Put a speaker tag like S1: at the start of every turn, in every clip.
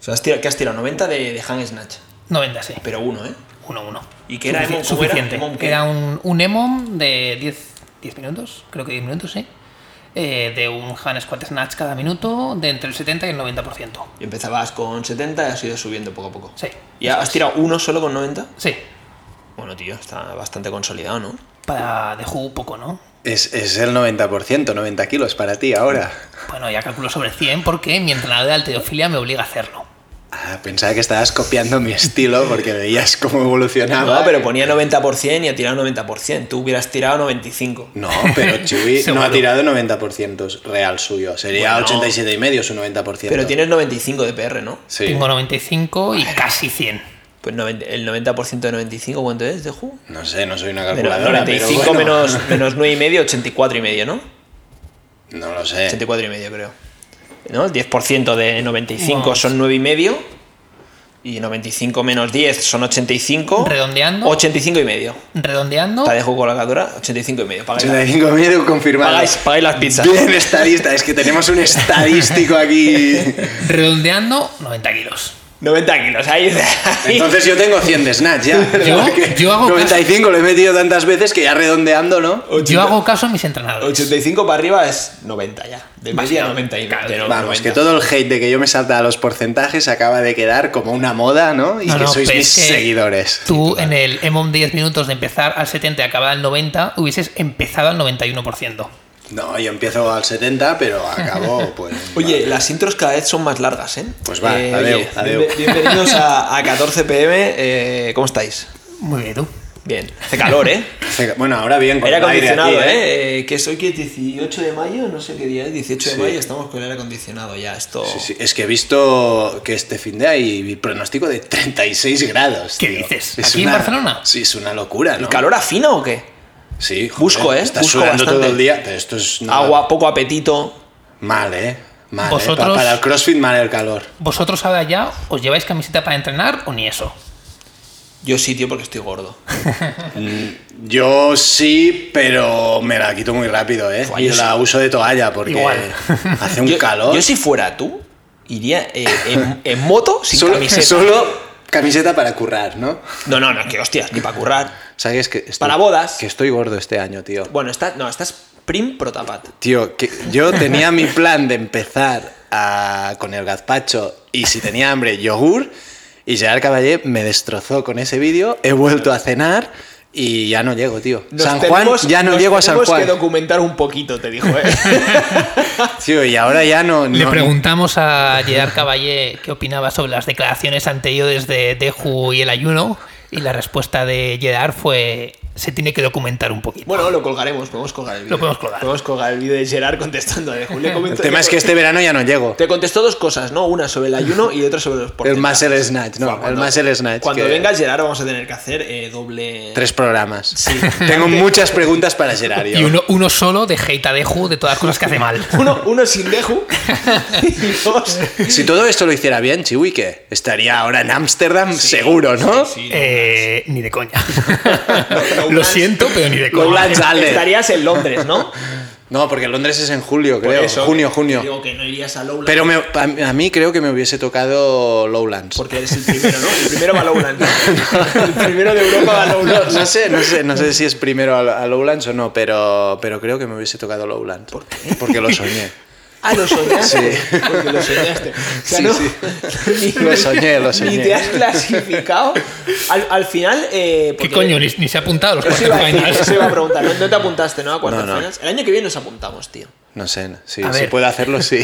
S1: O sea, has tirado, ¿qué has tirado? 90 de, de Hang Snatch.
S2: 90, sí.
S1: Pero uno, ¿eh?
S2: 1-1.
S1: ¿Y qué era
S2: Sufici-
S1: Emon? ¿Cómo
S2: Suficiente.
S1: era? ¿Emon qué?
S2: Era un, un Emon de 10, 10 minutos, creo que 10 minutos, sí. Eh, de un Han Squat Snatch cada minuto, de entre el 70 y el 90%.
S1: Y empezabas con 70 y has ido subiendo poco a poco.
S2: Sí.
S1: ¿Y has tirado uno solo con 90?
S2: Sí.
S1: Bueno, tío, está bastante consolidado, ¿no?
S2: Para de jugo poco, ¿no?
S3: Es, es el 90%, 90 kilos para ti ahora.
S2: Bueno, ya calculo sobre 100 porque mi entrenador de halterofilia me obliga a hacerlo.
S3: Ah, pensaba que estabas copiando mi estilo porque veías cómo evolucionaba.
S1: No, pero ponía 90% y ha tirado 90%. Tú hubieras tirado 95%.
S3: No, pero Chuy no
S2: Seguro.
S3: ha tirado 90% real suyo. Sería
S1: Bueno.
S3: 87 y medio su 90%.
S1: Pero tienes 95 de PR, ¿no?
S3: Sí.
S2: Tengo 95 y casi 100.
S1: Pues 90 el 90% de 95, ¿cuánto es de Ju?
S3: No sé, no soy una
S1: Menos
S3: calculadora, pero
S1: 95
S3: bueno.
S1: menos, menos 9 y medio, 84 y medio, ¿no?
S3: No lo sé.
S1: 84 y medio, creo. ¿No? El 10% de 95 son 9 y medio. Y 95 menos 10 son 85.
S2: Redondeando.
S1: 85 y medio.
S2: Redondeando,
S1: Está de Ju con la calculadora, 85 y medio. Pagáis la-
S3: 85 medio confirmado.
S1: Pagáis- pagáis las pizzas.
S3: Bien estadista, es que tenemos un estadístico aquí.
S2: redondeando 90 kilos.
S1: 90 kilos, ahí. ahí.
S3: Entonces yo tengo 100 de snatch ya.
S2: Yo-
S3: Porque
S2: yo hago
S3: 95 lo he metido tantas veces que ya redondeando, ¿no?
S2: Yo hago caso a mis entrenadores.
S1: 85 para arriba es 90 ya. De media
S2: Básicamente,
S1: 90 y
S2: claro.
S1: pero
S3: Vamos,
S1: 90.
S3: que todo el hate de que yo me salta a los porcentajes acaba de quedar como una moda, ¿no? Y
S2: No,
S3: que
S2: no,
S3: sois
S2: pero
S3: mis
S2: es que
S3: seguidores.
S2: Tú en el EMOM 10 minutos de empezar al 70 y acabar al 90, hubieses empezado al 91%.
S3: No, yo empiezo al 70, pero acabo, pues.
S1: Oye, las intros cada vez son más largas, ¿eh?
S3: Pues va,
S1: eh,
S3: adeu,
S1: oye,
S3: adeu.
S1: bienve- Bienvenidos a, a 14 pm. eh, ¿Cómo estáis?
S2: Muy bien, tú.
S1: Bien. Hace calor, ¿eh?
S3: vale. Bueno, ahora bien, con
S1: Aire
S3: el aire
S1: acondicionado,
S3: aquí, ¿eh?
S1: ¿eh? Eh, Que es hoy que es 18 de mayo, no sé qué día es, 18
S3: Sí.
S1: de mayo, estamos con el aire acondicionado ya. Esto.
S3: Sí, sí, Es que he visto que este fin de hay pronóstico de 36 grados.
S2: ¿Qué
S3: tío.
S2: dices?
S3: Es
S2: ¿Aquí en
S3: una-
S2: Barcelona?
S3: Sí, es una locura, ¿no?
S1: ¿El calor afina o qué?
S3: Sí, joder,
S1: Busco, ¿eh?
S3: Estás
S1: Busco
S3: sudando
S1: bastante.
S3: todo el día, pero esto es... nada-
S1: Agua, poco apetito.
S3: Mal, ¿eh? Mal, ¿eh? Pa-
S2: Vosotros-
S3: Para el CrossFit, mal el calor.
S2: ¿Vosotros ahora ya os lleváis camiseta para entrenar o ni eso?
S1: Yo sí, tío, porque estoy gordo.
S3: Yo sí, pero me la quito muy rápido, ¿eh?
S1: Buah, yo
S3: yo la uso de toalla porque
S2: Igual.
S3: hace un
S1: yo,
S3: calor.
S1: Yo si fuera tú, iría eh, en, en moto sin
S3: solo,
S1: camiseta.
S3: solo camiseta para currar, ¿no?
S1: No, no, no, que hostias, ni para currar.
S3: O sea, que es que estoy-
S1: Para bodas.
S3: Que estoy gordo este año, tío.
S1: Bueno, estás, no, estás prim pro tapat.
S3: Tío, que yo tenía mi plan de empezar a- con el gazpacho y si tenía hambre, yogur. Y Gerard Caballé me destrozó con ese vídeo. He vuelto a cenar y ya no llego, tío.
S1: Nos
S3: San Juan,
S1: tenemos-
S3: ya no
S1: nos
S3: llego a San
S1: tenemos
S3: Juan.
S1: que documentar un poquito, te dijo, ¿eh?
S3: Tío, y ahora ya no.
S2: Le
S3: no-
S2: preguntamos a Gerard Caballé qué opinaba sobre las declaraciones anteriores de Deju y el ayuno y la respuesta de Gerard fue se tiene que documentar un poquito.
S1: bueno, lo colgaremos, podemos colgar el vídeo.
S2: Lo podemos colgar.
S1: Podemos colgar el vídeo de Gerard contestando ¿eh? a Deju. Le
S3: El
S1: comento-
S3: tema es que este verano ya no llego.
S1: Te contestó dos cosas, ¿no? Una sobre el ayuno y otra sobre los
S3: El
S1: porcentajes.
S3: Muscle Snatch, no, el Muscle Snatch.
S1: Cuando
S3: que-
S1: venga Gerard vamos a tener que hacer eh, doble...
S3: Tres programas. Tengo muchas preguntas para Gerard. yo.
S2: Y uno, uno solo de hate a Deju de todas las cosas que hace mal.
S1: Uno, uno sin Deju y dos...
S3: Si todo esto lo hiciera bien, Chiwi, ¿qué? estaría ahora en Ámsterdam, seguro, ¿no?
S1: Sí, sí.
S2: Eh, ni de coña. Lo
S1: Lowlands-
S2: siento, pero ni de coña.
S3: Lowlands Alder.
S1: Estarías en Londres, ¿no?
S3: No, porque Londres es en julio,
S1: Por
S3: creo.
S1: eso,
S3: junio,
S1: que-
S3: junio.
S1: Digo que no irías a Lowlands.
S3: Pero me- a, a mí creo que me hubiese tocado Lowlands.
S1: Porque eres el primero, ¿no? El primero va a Lowlands. ¿no? El primero de Europa va a
S3: No,
S1: Lowlands.
S3: no sé, no sé, no sé si es primero a, a Lowlands o no, pero, pero creo que me hubiese tocado Lowlands.
S1: ¿Por qué?
S3: Porque lo soñé.
S1: Ah, lo soñaste.
S3: Sí.
S1: Porque lo soñaste. O sea,
S3: Sí,
S1: no-
S3: sí.
S1: ni-
S3: Lo soñé, lo soñé.
S1: Ni te has clasificado. Al, al final. Eh,
S2: ¿Qué
S1: porque-
S2: coño? Ni, ni se ha apuntado a los
S1: Eso iba, a decir,
S2: quarterfinals.
S1: eso iba a preguntar. No, No te apuntaste, ¿no? A cuartos
S3: No, no.
S1: finales. El año que viene nos apuntamos, tío.
S3: No sé, no- sí,
S2: A
S3: si
S2: ver.
S3: puedo hacerlo, sí.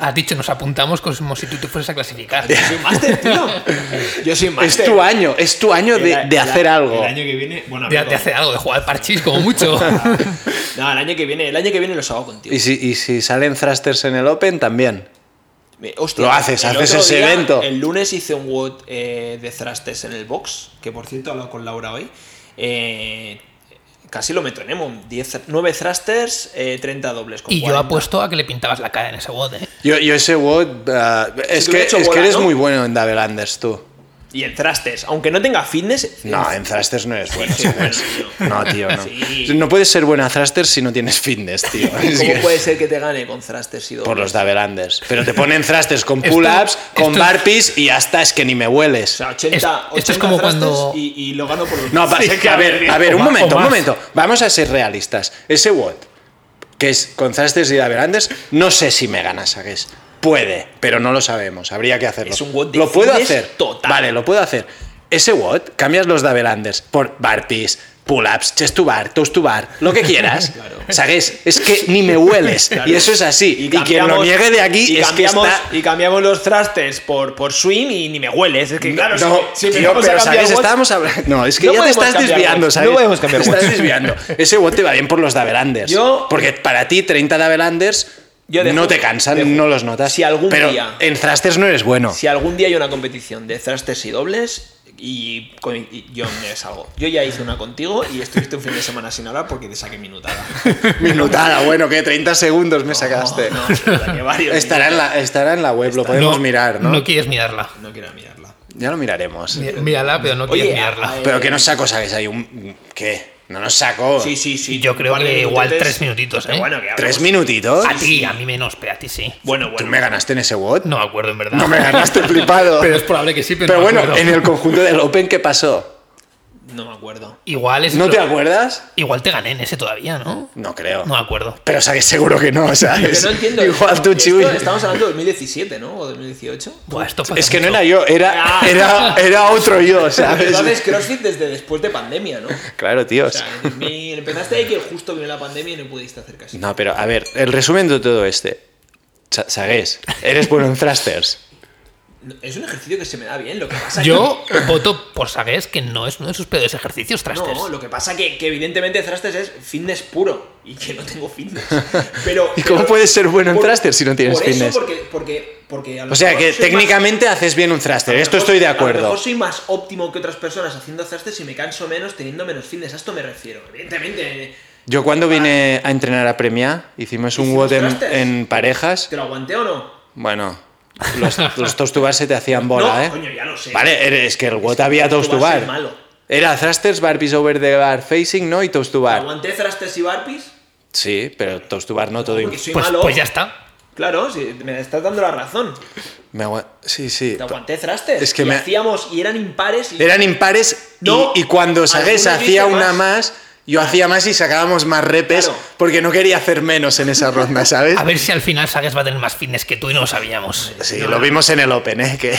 S2: Has dicho, nos apuntamos como si tú te fueras a clasificar.
S1: Yo soy máster, tío. Yo soy
S3: Es
S1: máster.
S3: tu año, es tu año
S1: El
S3: de,
S1: a-
S3: de
S1: el a-
S3: hacer algo.
S1: El año que viene. Bueno,
S2: De,
S1: amigo.
S2: de hacer algo, de jugar al parchís como mucho.
S1: No, el año que viene. El año que viene los hago contigo.
S3: Y si, y si salen thrusters en el Open, también.
S1: Me- hostia,
S3: Lo haces,
S1: el
S3: haces
S1: otro
S3: ese
S1: día,
S3: evento.
S1: El lunes hice un WOD eh, de thrusters en el box, que por cierto he hablado con Laura hoy. Eh, casi lo meto en Emon. 10 9 thrusters, eh, 30 dobles. Con
S2: Y yo
S1: 40.
S2: apuesto a que le pintabas la cara en ese WOD, ¿eh?
S3: Yo, yo ese WOD. ah, es
S1: tú lo
S3: que,
S1: has hecho
S3: es que
S1: bola,
S3: eres
S1: ¿no?
S3: muy bueno en Double Unders, tú.
S1: Y en trastes, aunque no tenga fitness.
S3: No, en thrusters no eres bueno. ¿sabes? No, tío, no. No puedes ser bueno a thrusters si no tienes fitness, tío. Es que-
S1: ¿Cómo puede ser que te gane con trastes y dobles?
S3: Por los Davelanders. Pero te ponen thrusters con
S2: Esto-
S3: pull-ups, con
S2: esto-
S3: barpees y hasta es que ni me
S1: O
S3: hueles.
S1: sea, 80,
S2: Esto- esto es
S1: 80
S2: como
S1: thrusters
S2: cuando-
S1: Y, y lo gano por los
S3: No, va-
S1: Sí,
S3: a ver, a ver,
S4: o
S3: un
S4: ma- o
S3: momento, un
S4: más.
S3: momento. Vamos a ser realistas. Ese WOT, que es con thrusters y Davelanders, no sé si me gana Sagues. Puede, pero no lo sabemos. Habría que hacerlo.
S1: Es un WOT de
S3: Lo puedo
S1: fitness
S3: hacer.
S1: total.
S3: Vale, lo puedo hacer. Ese WOT, cambias los Davelanders por barpees, pull-ups, chest to bar, toes to bar, lo que quieras.
S1: Claro.
S3: Sagues, es que ni me hueles.
S1: Claro.
S3: Y eso es así. Y, quien lo
S1: cambiamos-
S3: niegue de aquí
S1: y
S3: es que
S1: cambiamos,
S3: está
S1: y cambiamos los trastes por, por swing y ni me hueles. Es que claro,
S3: no,
S1: si, si
S3: tío,
S1: empezamos a
S3: pero
S1: cambiar
S3: ¿sabes?
S1: bots-
S3: Estábamos hablando. No, es que
S1: No
S3: ya te
S1: podemos
S3: estás
S1: cambiar
S3: desviando,
S1: bots,
S3: ¿sabes?
S4: no podemos cambiar
S3: Te estás
S4: bots.
S3: desviando. Ese bot te va bien por los Davelanders.
S1: Yo-
S3: Porque para ti, 30 Davelanders
S1: Yo dejo-
S3: no te cansan,
S1: dejo.
S3: no los notas.
S1: Si algún
S3: pero
S1: día-
S3: En thrusters no eres bueno.
S1: Si algún día hay una competición de thrusters y dobles y, con- y yo me salgo. Yo ya hice una contigo y estuviste un fin de semana sin hablar porque te saqué minutada.
S3: Minutada, bueno, que 30 segundos me sacaste.
S1: No, no, dañé varios
S3: Estará, en la, estará en la web, lo podemos mirar, ¿no?
S2: No quieres mirarla.
S1: minutos. No quiero mirarla.
S3: Ya lo miraremos.
S2: Mí- Mírala, pero no
S1: Oye,
S2: quieres
S1: a-
S2: mirarla.
S1: a-
S3: Pero que no saco, ¿sabes? Hay un. ¿Qué? No nos saco.
S1: Sí, sí, sí.
S2: Yo creo
S1: Vale,
S2: que
S1: minutetes.
S2: igual tres minutitos,
S1: Pero
S2: ¿eh?
S1: Bueno, que
S3: Oh. ¿Tres
S1: hablamos.
S3: minutitos?
S2: A ti, a mí menos, pero a ti sí.
S1: Bueno,
S3: ¿Tú
S1: Ah, bueno.
S3: me ganaste en ese bot?
S2: No me acuerdo, en verdad.
S3: No me ganaste flipado.
S2: Pero es probable que sí, pero,
S3: Pero
S2: no me
S3: bueno,
S2: acuerdo.
S3: en el conjunto del Open, ¿qué pasó?
S1: No me acuerdo.
S2: Igual es
S3: ¿No te
S2: lo-
S3: acuerdas?
S2: Igual te gané en ese todavía, ¿no?
S3: No creo.
S2: No me acuerdo.
S3: Pero sabes seguro que no,
S1: Pero
S3: ¿sabes?
S1: no entiendo.
S3: Igual tú,
S1: Esto-
S3: Chuy.
S1: Estamos hablando de 2017, ¿no? O 2018.
S2: Buah, esto pasa
S3: Es que no
S2: mucho.
S3: era yo, era,
S1: Ah.
S3: era, era otro yo, ¿sabes?
S1: Entonces, CrossFit desde después de pandemia, ¿no? O
S3: Claro, tíos.
S1: sea, en 2000 empezaste ahí que justo vino la pandemia y no pudiste hacer casi.
S3: No, pero a ver, el resumen de todo este. Sa- Sagués, eres bueno en thrusters.
S1: No, Es un ejercicio que se me da bien. Lo que pasa
S2: Yo voto por Sagues, que no es uno de sus peores ejercicios
S1: que.
S2: trasters.
S1: No, lo que pasa que, que evidentemente thrusters es fitness puro y que no tengo fitness. Pero,
S3: ¿Y cómo
S1: pero-
S3: puedes ser bueno en thrusters si no tienes
S1: por eso,
S3: fitness?
S1: porque, porque, porque a lo
S3: O sea
S1: mejor
S3: que
S1: soy más-
S3: técnicamente haces bien un thruster, esto estoy de
S1: A lo
S3: acuerdo.
S1: mejor soy más óptimo que otras personas haciendo thrusters y me canso menos teniendo menos fitness. A esto me refiero. Evidentemente,
S3: Yo cuando vine a entrenar a Premia, hicimos un
S1: ¿Hicimos
S3: WOD en,
S1: thrusters?
S3: en parejas.
S1: ¿te lo aguanté o no?
S3: Bueno, los, los toes to bar se te hacían bola,
S1: no,
S3: ¿eh?
S1: coño, ya lo sé.
S3: Vale, er- es que el WOT
S1: que
S3: había
S1: toast
S3: toast
S1: to
S3: to
S1: bar
S3: bar.
S1: es malo.
S3: Era thrusters, barpees over the bar facing, ¿no? Y toast to bar.
S1: Aguanté thrusters y barpees
S3: Sí, pero toast to bar no todo.
S1: porque
S3: im-
S1: soy
S2: pues,
S1: malo.
S2: pues ya está.
S1: Claro, sí, me estás dando la razón.
S3: Me agua- Sí, sí.
S1: Te aguanté thrusters.
S3: Es que
S1: y
S3: me-
S1: hacíamos y eran impares. Y...
S3: Eran impares y,
S1: No,
S3: y cuando Sagues
S1: alguno
S3: hacía
S1: dice
S3: una
S1: más. Ah.
S3: más, yo hacía más y sacábamos más repes
S1: Claro.
S3: porque no quería hacer menos en esa ronda, ¿sabes?
S2: A ver si al final Sagues va a tener más fitness que tú y no lo sabíamos.
S3: Sí, lo vimos en el Open, ¿eh? Que...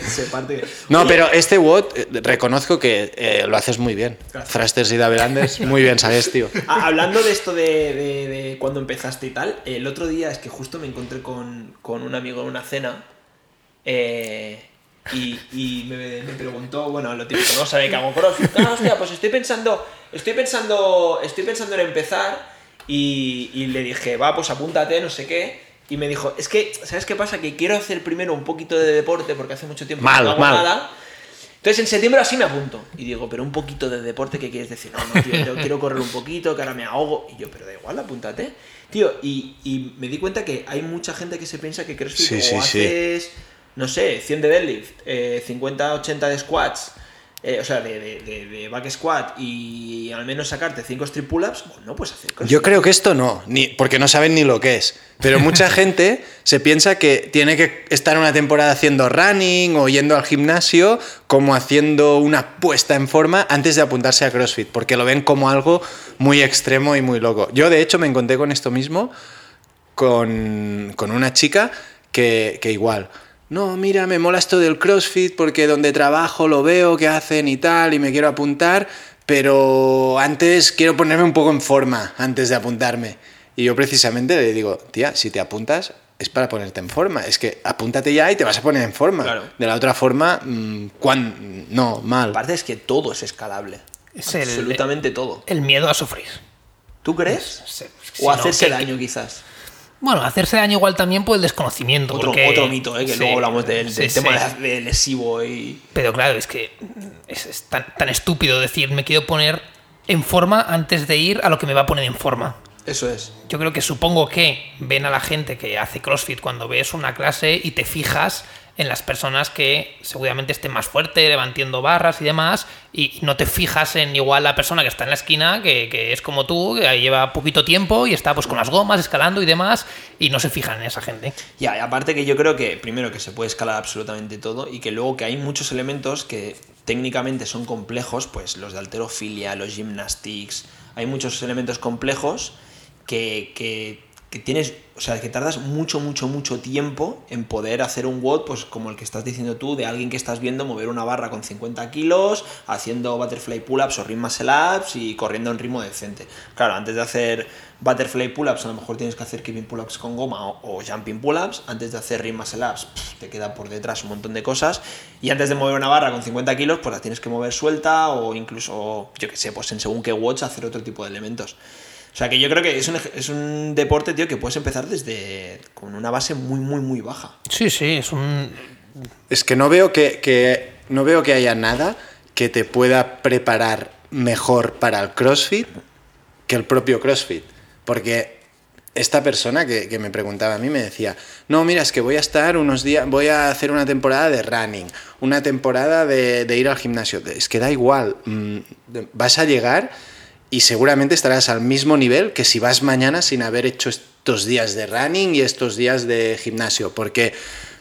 S1: Se parte.
S3: No, pero este WOT eh, reconozco que eh, lo haces muy bien.
S1: Gracias.
S3: Thrusters y Davelanders, muy bien, Sagues, tío.
S1: Ah, Hablando de esto de, de- de cuando empezaste y tal, el otro día es que justo me encontré con, con un amigo en una cena eh, y, y me, me preguntó, bueno, lo típico, no sabe qué hago crossfit. Ah, hostia, pues estoy pensando, estoy pensando, estoy pensando en empezar y, y le dije, va, pues apúntate, no sé qué. Y me dijo, es que, ¿sabes qué pasa? Que quiero hacer primero un poquito de deporte porque hace mucho tiempo que
S3: Mal,
S1: no hago
S3: mal.
S1: nada. Entonces en septiembre así me apunto. Y digo, pero un poquito de deporte, ¿qué quieres decir? No, no, tío, yo quiero correr un poquito, que ahora me ahogo. Y yo, pero da igual, apúntate. Tío, y, y me di cuenta que hay mucha gente que se piensa que crees que
S3: Sí, sí, sí.
S1: haces, no sé, 100 de deadlift, eh, 50, 80 de squats, eh, o sea, de, de- de- de back squat y, al menos sacarte 5 strip pull-ups, bueno, pues hacer cosas.
S3: Yo creo que esto no, ni, porque no saben ni lo que es. Pero mucha gente se piensa que tiene que estar una temporada haciendo running o yendo al gimnasio, como haciendo una puesta en forma antes de apuntarse a CrossFit, porque lo ven como algo muy extremo y muy loco. Yo, de hecho, me encontré con esto mismo con, con una chica que, que igual. No, mira, me mola esto del CrossFit porque donde trabajo lo veo que hacen y tal y me quiero apuntar, pero antes quiero ponerme un poco en forma antes de apuntarme. Y yo precisamente le digo, tía, si te apuntas es para ponerte en forma, es que apúntate ya y te vas a poner en forma.
S1: Claro.
S3: De la otra forma, mm, cuan- no, mal.
S1: Aparte es que todo es escalable.
S2: Es el-
S1: Absolutamente todo.
S2: El miedo a sufrir.
S1: ¿Tú crees?
S2: Se- si
S1: O
S2: no,
S1: hacerse
S2: que-
S1: daño quizás.
S2: Bueno, hacerse daño igual también por el desconocimiento.
S1: Otro,
S2: porque-
S1: otro mito, ¿eh? que
S2: Sí,
S1: luego hablamos del,
S2: sí,
S1: del tema
S2: sí.
S1: de, de lesivo y.
S2: Pero claro, es que es, es tan, tan estúpido decir, me quiero poner en forma antes de ir a lo que me va a poner en forma.
S1: Eso es.
S2: Yo creo que supongo que ven a la gente que hace CrossFit cuando ves una clase y te fijas en las personas que seguramente estén más fuerte, levantando barras y demás, y no te fijas en igual la persona que está en la esquina, que, que es como tú, que lleva poquito tiempo y está pues con las gomas, escalando y demás, y no se fijan en esa gente.
S1: Ya, y aparte que yo creo que, primero, que se puede escalar absolutamente todo y que luego que hay muchos elementos que técnicamente son complejos, pues los de alterofilia, los gymnastics, hay muchos elementos complejos que, que, que tienes, o sea, que tardas mucho, mucho, mucho tiempo en poder hacer un WOD, pues como el que estás diciendo tú, de alguien que estás viendo mover una barra con 50 kilos, haciendo butterfly pull-ups o rim muscle ups y corriendo en ritmo decente. Claro, antes de hacer butterfly pull-ups, a lo mejor tienes que hacer keeping pull-ups con goma o, o jumping pull-ups. Antes de hacer rim muscle ups, pff, te queda por detrás un montón de cosas. Y antes de mover una barra con 50 kilos, pues la tienes que mover suelta o incluso, yo que sé, pues en según qué watch hacer otro tipo de elementos. O sea que yo creo que es un, ej- es un deporte, tío, que puedes empezar desde con una base muy, muy, muy baja.
S2: Sí, sí, es un...
S3: Es que no veo que, que- no veo que haya nada que te pueda preparar mejor para el CrossFit que el propio CrossFit. Porque esta persona que, que me preguntaba a mí me decía, no, mira, es que voy a estar unos días, voy a hacer una temporada de running, una temporada de, de ir al gimnasio. Es que da igual, mm, de- vas a llegar y seguramente estarás al mismo nivel que si vas mañana sin haber hecho estos días de running y estos días de gimnasio. Porque,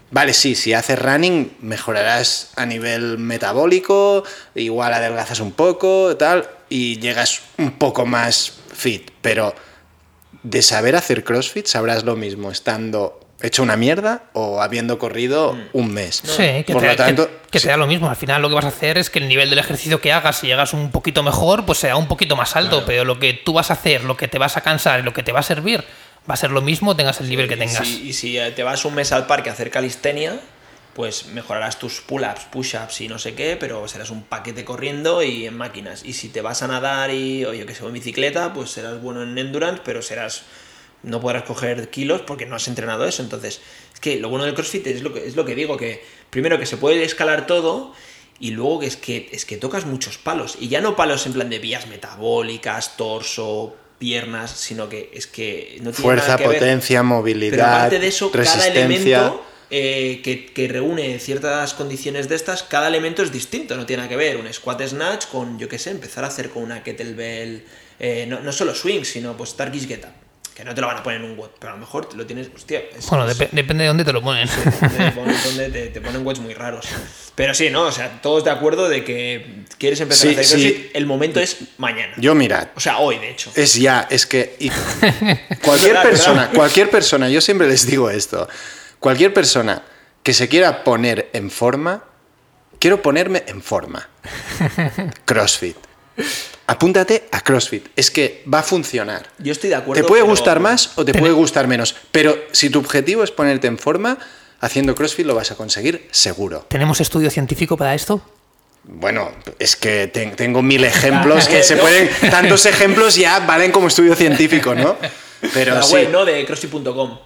S3: vale, sí, si haces running mejorarás a nivel metabólico, igual adelgazas un poco, tal, y llegas un poco más fit, pero de saber hacer CrossFit sabrás lo mismo estando hecho una mierda o habiendo corrido
S1: Mm.
S3: un mes.
S2: Sí, que,
S3: Por
S2: te,
S3: lo
S2: que-
S3: tanto,
S2: que
S3: sí,
S2: te da lo mismo. Al final lo que vas a hacer es que el nivel del ejercicio que hagas, si llegas un poquito mejor, pues será un poquito más alto. Pero lo que tú vas a hacer, lo que te vas a cansar y lo que te va a servir, va a ser lo mismo, tengas el nivel que
S1: Y
S2: tengas.
S1: si- y si eh, te vas un mes al parque a hacer calistenia, pues mejorarás tus pull-ups, push-ups y no sé qué, pero serás un paquete corriendo y en máquinas. Y si te vas a nadar y, o yo que sé, o en bicicleta, pues serás bueno en endurance, pero serás no podrás coger kilos porque no has entrenado eso. Entonces, es que lo bueno del CrossFit es lo que, es lo que digo, que primero que se puede escalar todo y luego que es que, es que tocas muchos palos. Y ya no palos en plan de vías metabólicas, torso, piernas, sino que es que no tiene
S3: fuerza,
S1: nada que ver.
S3: potencia, movilidad,
S1: Pero aparte de eso, cada
S3: resistencia.
S1: elemento eh, que, que reúne ciertas condiciones de estas, cada elemento es distinto, no tiene nada que ver. Un squat snatch con, yo qué sé, empezar a hacer con una kettlebell, eh, no, no solo swing, sino pues estar guisgueta. Que no te lo van a poner en un WOD, pero a lo mejor lo tienes. Hostia, es-
S2: Bueno,
S1: es-
S2: depe- depende de dónde te lo ponen.
S1: te ponen- donde te, te ponen watts muy raros. Pero sí, ¿no? O sea, todos de acuerdo de que quieres empezar
S3: Sí,
S1: a hacer
S3: sí.
S1: CrossFit, el momento es mañana.
S3: Yo Eh, mirad,
S1: o sea, hoy, de hecho.
S3: Es ya, es que y- cualquier
S1: Verdad,
S3: persona,
S1: verdad.
S3: cualquier persona, yo siempre les digo esto, cualquier persona que se quiera poner en forma, quiero ponerme en forma. CrossFit. Apúntate a CrossFit, es que va a funcionar.
S1: Yo estoy de acuerdo.
S3: Te puede
S1: pero-
S3: gustar más o te puede gustar menos, pero si tu objetivo es ponerte en forma, haciendo CrossFit lo vas a conseguir seguro.
S2: ¿Tenemos estudio científico para esto?
S3: Bueno, es que ten- tengo mil ejemplos que se pueden. Tantos ejemplos ya valen como estudio científico, ¿no? Pero
S1: la
S2: Ah,
S3: sí.
S1: web, ¿no? De crossfit.com.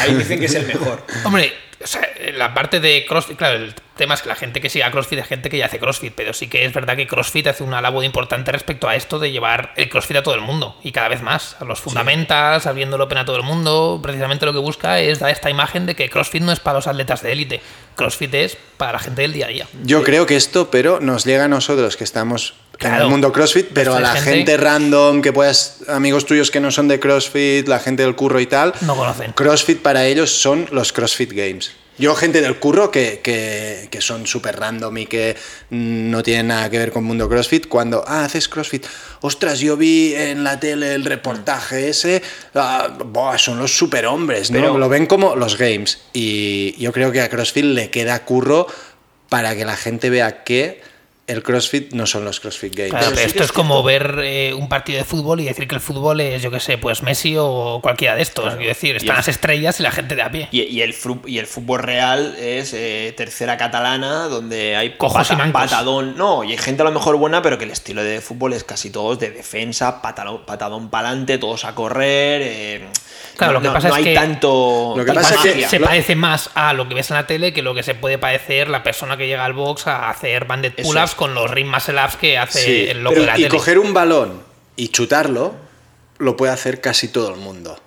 S1: Ahí dicen que es el mejor.
S2: Hombre, o sea, la parte de CrossFit, claro, el tema es que la gente que sigue a CrossFit es gente que ya hace CrossFit, pero sí que es verdad que CrossFit hace una labor importante respecto a esto de llevar el CrossFit a todo el mundo y cada vez más, a los fundamentas, abriendo el Open a todo el mundo. Precisamente lo que busca es dar esta imagen de que CrossFit no es para los atletas de élite, CrossFit es para la gente del día a día.
S3: Yo creo que esto, pero nos llega a nosotros que estamos en
S2: Claro.
S3: el mundo CrossFit, pero a
S2: Esto
S3: la
S2: es
S3: gente,
S2: gente-
S3: random, que puedas, amigos tuyos que no son de CrossFit, la gente del curro y tal.
S2: No conocen.
S3: CrossFit para ellos son los CrossFit Games. Yo, gente del curro que, que- que son súper random y que mm, no tienen nada que ver con mundo CrossFit, cuando, ah, haces CrossFit, ostras, yo vi en la tele el reportaje ese, ah, buah, son los superhombres, ¿no?
S1: Pero-
S3: Lo ven como los games. Y yo creo que a CrossFit le queda curro para que la gente vea que el CrossFit no son los CrossFit Games.
S2: Claro, pero
S1: sí
S2: esto
S1: que
S2: es
S1: es
S2: como ver eh, un partido de fútbol y decir que el fútbol es, yo qué sé, pues Messi o cualquiera de estos. Quiero decir,
S1: el-
S2: están las estrellas y la gente de a pie.
S1: Y, y el, fru- y el fútbol real es eh, tercera catalana, donde hay
S2: Cojos y mancos.
S1: patadón. No, y hay gente a lo mejor buena, pero que el estilo de fútbol es casi todos de defensa, patalo- patadón pa'lante, todos a correr. eh,
S2: Claro,
S1: no,
S2: lo que
S1: no-
S2: pasa
S1: no
S2: es
S1: hay
S2: que-
S1: tanto.
S3: Lo que
S1: tanta
S3: pasa es que-
S1: magia.
S2: se
S3: lo-
S2: parece más a lo que ves en la tele que lo que se puede parecer la persona que llega al box a hacer banded
S1: Eso
S2: pull-ups
S1: es.
S2: con los ring muscle ups que hace
S3: Sí,
S2: el loco
S3: pero-
S2: de la
S3: y
S2: tele.
S3: coger un balón y chutarlo lo puede hacer casi todo el mundo.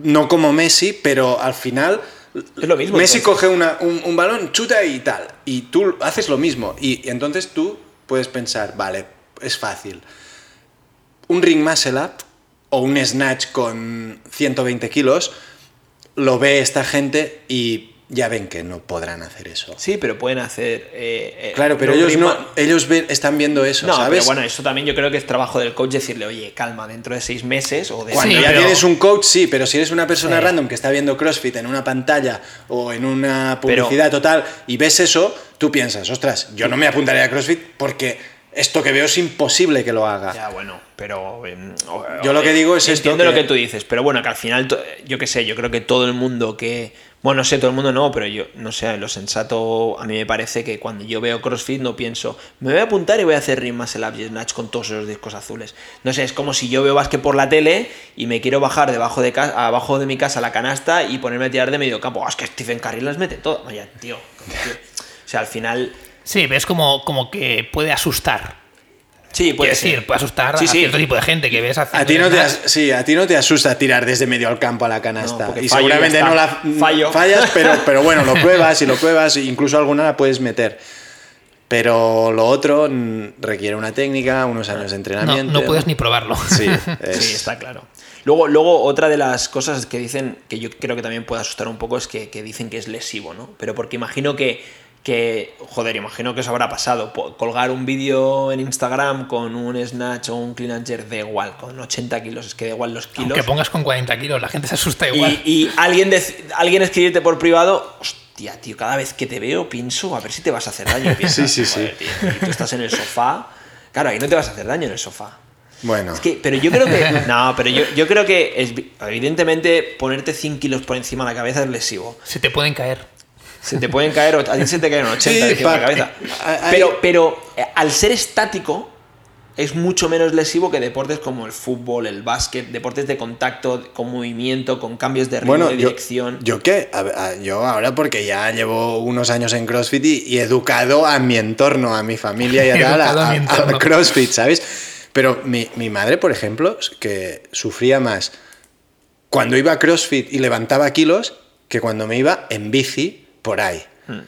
S3: No como Messi, pero al final
S1: Es lo mismo.
S3: Messi
S1: entonces.
S3: coge una- un, un balón, chuta y tal. Y tú haces lo mismo. Y, y entonces tú puedes pensar, vale, es fácil. Un ring muscle up o un snatch con 120 kilos lo ve esta gente y ya ven que no podrán hacer eso.
S1: Sí, pero pueden hacer. eh, eh,
S3: Claro, pero
S1: un
S3: ellos
S1: ritmo-
S3: no, ellos ven- están viendo eso,
S1: No,
S3: ¿sabes?
S1: pero bueno, eso también yo creo que es trabajo del coach decirle, oye, calma, dentro de seis meses o de.
S3: Cuando
S2: Sí,
S3: ya
S2: pero-
S3: tienes un coach, sí, pero si eres una persona
S1: Sí.
S3: random que está viendo CrossFit en una pantalla o en una
S1: Pero-
S3: publicidad total y ves eso, tú piensas, ostras, yo no me apuntaré a CrossFit porque esto que veo es imposible que lo haga.
S1: Ya, bueno, pero. em, o-
S3: Yo lo que digo es esto
S1: Entiendo lo
S3: que-
S1: que tú dices, pero bueno, que al final, to- eh, yo qué sé, yo creo que todo el mundo que. Bueno, no sé, todo el mundo no, pero yo, no sé, lo sensato a mí me parece que cuando yo veo CrossFit no pienso, me voy a apuntar y voy a hacer Ring Muscle Up y Snatch con todos esos discos azules. No sé, es como si yo veo básquet por la tele y me quiero bajar debajo de ca- abajo de mi casa la canasta y ponerme a tirar de medio campo. Ah, es que Stephen Curry las mete todo. Vaya, tío. tío. O sea, al final.
S2: Sí, ves como, como que puede asustar.
S1: Sí, puede
S2: Puede decir,
S1: ser.
S2: puede asustar
S1: Sí,
S2: a
S1: sí.
S2: cierto tipo de gente que ves haciendo
S3: A ti, no te
S2: snatch.
S3: as- sí, a ti no te asusta tirar desde medio al campo a la canasta.
S1: No, porque
S3: y
S1: fallo y ya
S3: seguramente
S1: está.
S3: no la
S1: Fallo.
S3: fallas, pero, pero bueno, lo pruebas y lo pruebas, e incluso alguna la puedes meter. Pero lo otro mm, requiere una técnica, unos años
S2: no,
S3: de entrenamiento.
S2: no puedes ni probarlo.
S3: Sí, es-
S1: Sí, está claro. Luego, luego, otra de las cosas que dicen, que yo creo que también puede asustar un poco, es que, que dicen que es lesivo, ¿no? Pero porque imagino que, que joder, imagino que os habrá pasado, po- colgar un vídeo en Instagram con un snatch o un clean and jerk, da igual, con 80 kilos, es que da igual los kilos.
S2: Aunque pongas con 40 kilos, la gente se asusta
S1: Y,
S2: igual.
S1: y alguien, dec- alguien escribirte por privado, hostia, tío, cada vez que te veo pienso a ver si te vas a hacer daño. piensas,
S3: Sí, sí, sí.
S1: "Joder, tío", y tú estás en el sofá. Claro, ahí no te vas a hacer daño en el sofá.
S3: Bueno.
S1: Es que, pero yo creo que. No, pero yo, yo creo que. es- evidentemente, ponerte 100 kilos por encima de la cabeza es lesivo.
S2: Se te pueden caer.
S1: Se te pueden caer. o- A ti se te caen 80
S3: Sí,
S1: encima de la
S3: pa-
S1: cabeza.
S3: eh, hay-
S1: Pero, pero eh, al ser estático, es mucho menos lesivo que deportes como el fútbol, el básquet, deportes de contacto, con movimiento, con cambios de ritmo,
S3: Bueno,
S1: de
S3: yo,
S1: dirección.
S3: yo qué, A ver, a- yo ahora porque ya llevo unos años en CrossFit y, y educado a mi entorno, a mi familia y a tal,
S2: Educado a
S3: a,
S2: mi
S3: a-
S2: entorno.
S3: a CrossFit, ¿sabes? Pero mi, mi madre, por ejemplo, que sufría más cuando iba a CrossFit y levantaba kilos que cuando me iba en bici por ahí.
S1: Hmm.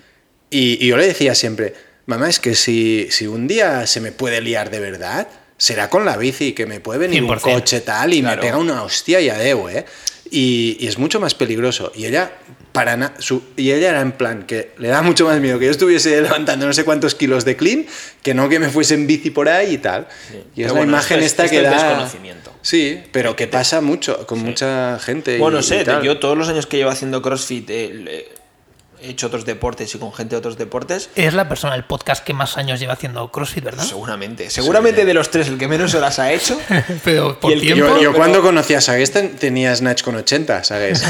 S3: Y, y yo le decía siempre, mamá, es que si, si un día se me puede liar de verdad, será con la bici, que me puede venir un
S2: 100%.
S3: coche tal y
S1: Claro.
S3: me pega una hostia y adeu, ¿eh? Y, y es mucho más peligroso. Y ella, para na- su- y ella era en plan que le da mucho más miedo que yo estuviese levantando no sé cuántos kilos de clean que no que me fuese en bici por ahí y tal. Y
S1: Pero
S3: es la
S1: bueno,
S3: imagen
S1: esto es- esto
S3: esta que
S1: es
S3: da.
S1: desconocimiento.
S3: Sí, pero que pasa mucho con mucha gente. y-
S1: Bueno, no
S3: y
S1: sé,
S3: tal.
S1: yo todos los años que llevo haciendo CrossFit eh, le- he hecho otros deportes y con gente de otros deportes.
S2: Es la persona del podcast que más años lleva haciendo CrossFit,
S3: ¿Ah?
S2: ¿verdad?
S1: Seguramente. Seguramente de los tres el que menos horas ha hecho.
S2: Pero por
S1: Y el que
S2: tiempo.
S3: Yo, yo
S1: pero-
S3: cuando conocí a Sagues ten- tenía Snatch con 80, ¿sabes?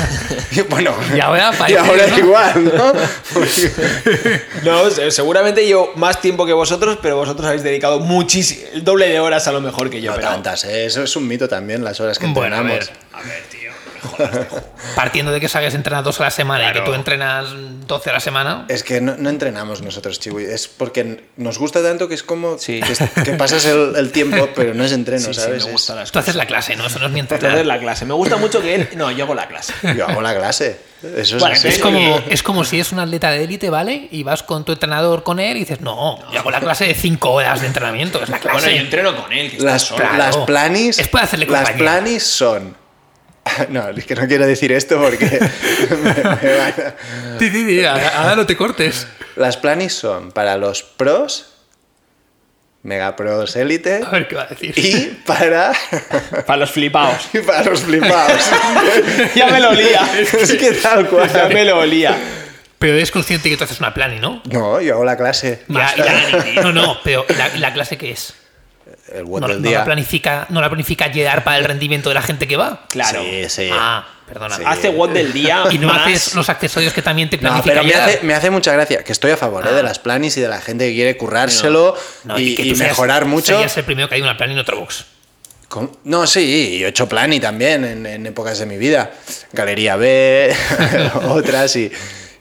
S3: Y bueno,
S2: Y ahora
S3: y
S2: parece
S3: ahora
S2: que no.
S3: igual, ¿no? Porque-
S1: No, se- seguramente llevo más tiempo que vosotros, pero vosotros habéis dedicado muchísimo, el doble de horas a lo mejor que yo.
S3: no
S1: pero
S3: tantas, ¿eh? eso es un mito también, las horas que
S2: Bueno, a
S3: entrenamos.
S2: ver. Partiendo de que salgas entrenar dos a la semana y que tú entrenas 12 a la semana.
S3: Es que no, no entrenamos nosotros, Chiwi. Es porque n- nos gusta tanto que es como
S1: Sí.
S3: que, es- que pasas el, el tiempo, pero no es entreno,
S1: Sí, sí,
S3: ¿sabes?
S1: me
S3: Es-
S1: gustan las
S2: Tú haces
S1: cosas.
S2: la clase, ¿no? Eso no es ni
S1: Tú haces
S2: entrenar.
S1: la clase. Me gusta mucho que él. No, yo hago la clase.
S3: Yo hago la clase. Eso es
S1: Bueno,
S3: así.
S2: Es como, es como si es un atleta de élite, ¿vale? Y vas con tu entrenador con él y dices, no, yo hago la clase de 5 horas de entrenamiento. Es la clase.
S1: Bueno, yo entreno con él, que está
S3: Las,
S1: solo.
S2: claro.
S3: las planis.
S2: Es para hacerle
S3: las
S2: compañía.
S3: planis son. No, es que no quiero decir esto porque me- me van a-
S2: Ti, ti, ti, ahora ahora no te cortes.
S3: Las planis son para los pros, megapros élite,
S2: A ver qué va a decir.
S3: y para,
S1: Para los flipados.
S3: y para los flipados.
S1: ya me lo olía.
S3: es que tal
S1: ya
S3: cual.
S1: me lo olía.
S2: Pero eres consciente que tú haces una plani, ¿no?
S3: No, yo hago la clase.
S2: Ya, ya, no, no, pero ¿y la, y la clase que es?
S3: El
S2: ¿No,
S3: buen
S2: no
S3: del día.
S2: la planifica, ¿No la planifica llegar para el rendimiento de la gente que va?
S1: Claro.
S3: Sí, sí.
S2: Ah, perdona.
S3: Sí.
S1: Hace WOD del día.
S2: Y no
S1: más-
S2: haces los accesorios que también te
S3: No,
S2: planifica
S3: pero me
S2: llegar.
S3: hace, me hace mucha gracia, que estoy a favor ¿eh? de las planis y de la gente que quiere currárselo
S2: Ah. No,
S3: y,
S2: que
S3: y
S2: tú seas-
S3: mejorar mucho.
S2: Serías el primero que hay una plani en otro box.
S3: ¿Cómo? No, sí, yo he hecho plani también en, en épocas de mi vida. Galería B, otras y,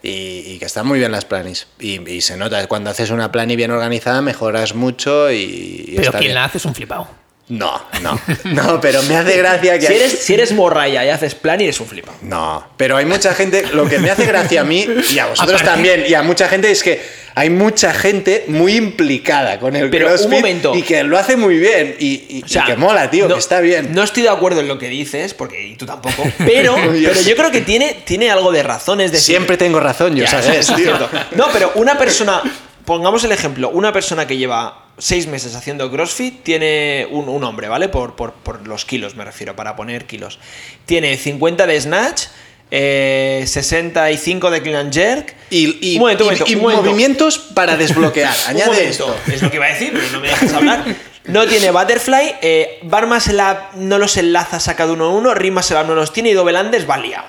S3: y- y que están muy bien las planis. Y, y se nota, cuando haces una plani bien organizada mejoras mucho y, y
S2: Pero
S3: está
S2: quien
S3: bien.
S2: la hace es un flipado.
S3: No, no, no, pero me hace gracia que...
S1: Si eres, si eres morralla y haces plan, y eres un flipa.
S3: No, pero hay mucha gente, lo que me hace gracia a mí y a vosotros
S2: Aparte-
S3: también y a mucha gente es que hay mucha gente muy implicada con el
S1: Pero un
S3: CrossFit
S1: momento.
S3: y que lo hace muy bien y, y- y que mola, tío,
S1: no-
S3: que está bien.
S1: No estoy de acuerdo en lo que dices, porque y tú tampoco, pero,
S3: Yo
S1: pero
S3: sí.
S1: yo creo que tiene, tiene algo de razón. Es decir,
S3: Siempre tengo razón, yo,
S1: Ya,
S3: ¿sabes?
S1: eso es
S3: tío?
S1: cierto. No, pero una persona, pongamos el ejemplo, una persona que lleva seis meses haciendo CrossFit tiene un, un hombre, ¿vale? Por, por- por los kilos, me refiero, para poner kilos. Tiene 50 de snatch, eh, 65 de clean and jerk.
S3: Y, y-
S1: Un momento, un
S3: y-
S1: momento,
S3: y
S1: un momento.
S3: movimientos para desbloquear.
S1: Un
S3: Añade
S1: momento,
S3: esto.
S1: Es lo que iba a decir, pero no me dejas hablar. No tiene butterfly, eh, Barma se la- no los enlaza, saca de uno a uno, Rima se la no los tiene y Dobelandes va liado.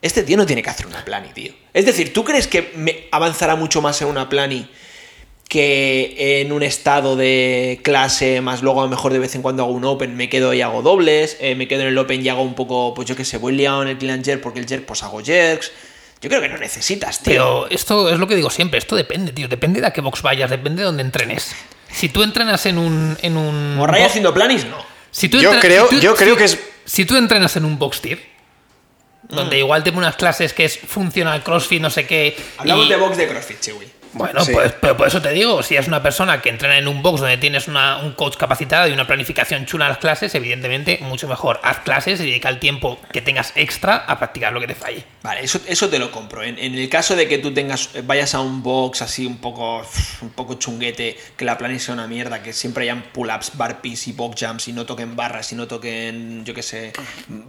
S1: Este tío no tiene que hacer una plani, tío. Es decir, ¿tú crees que me avanzará mucho más en una plani que en un estado de clase, más luego a lo mejor de vez en cuando hago un open, me quedo y hago dobles, eh, me quedo en el open y hago un poco, pues yo qué sé, voy liado en el clean and jerk porque el jerk pues hago jerks. Yo creo que no necesitas, tío.
S2: Pero esto es lo que digo siempre, esto depende, tío. Depende de a qué box vayas, depende de dónde entrenes. Si tú entrenas en un. En un
S1: Morralla
S2: bo-
S1: haciendo planis, no.
S2: si tú
S3: Yo
S2: entra-
S3: creo-
S2: si tú-
S3: yo creo
S2: si-
S3: que es-
S2: Si tú entrenas en un box tier,
S1: Mm.
S2: donde igual te ponen unas clases que es funcional crossfit, no sé qué.
S1: Hablamos
S2: y-
S1: de box de CrossFit, Chewy.
S2: Bueno,
S3: Sí.
S2: pues, pero por eso te digo, si es una persona que entrena en un box donde tienes una- un coach capacitado y una planificación chula en las clases, evidentemente mucho mejor. Haz clases y dedica el tiempo que tengas extra a practicar lo que te falle.
S1: Vale, eso, eso te lo compro. En, en el caso de que tú tengas eh, vayas a un box así un poco un poco chunguete, que la planes sea una mierda, que siempre hayan pull-ups, barpees y box jumps y no toquen barras y no toquen, yo qué sé,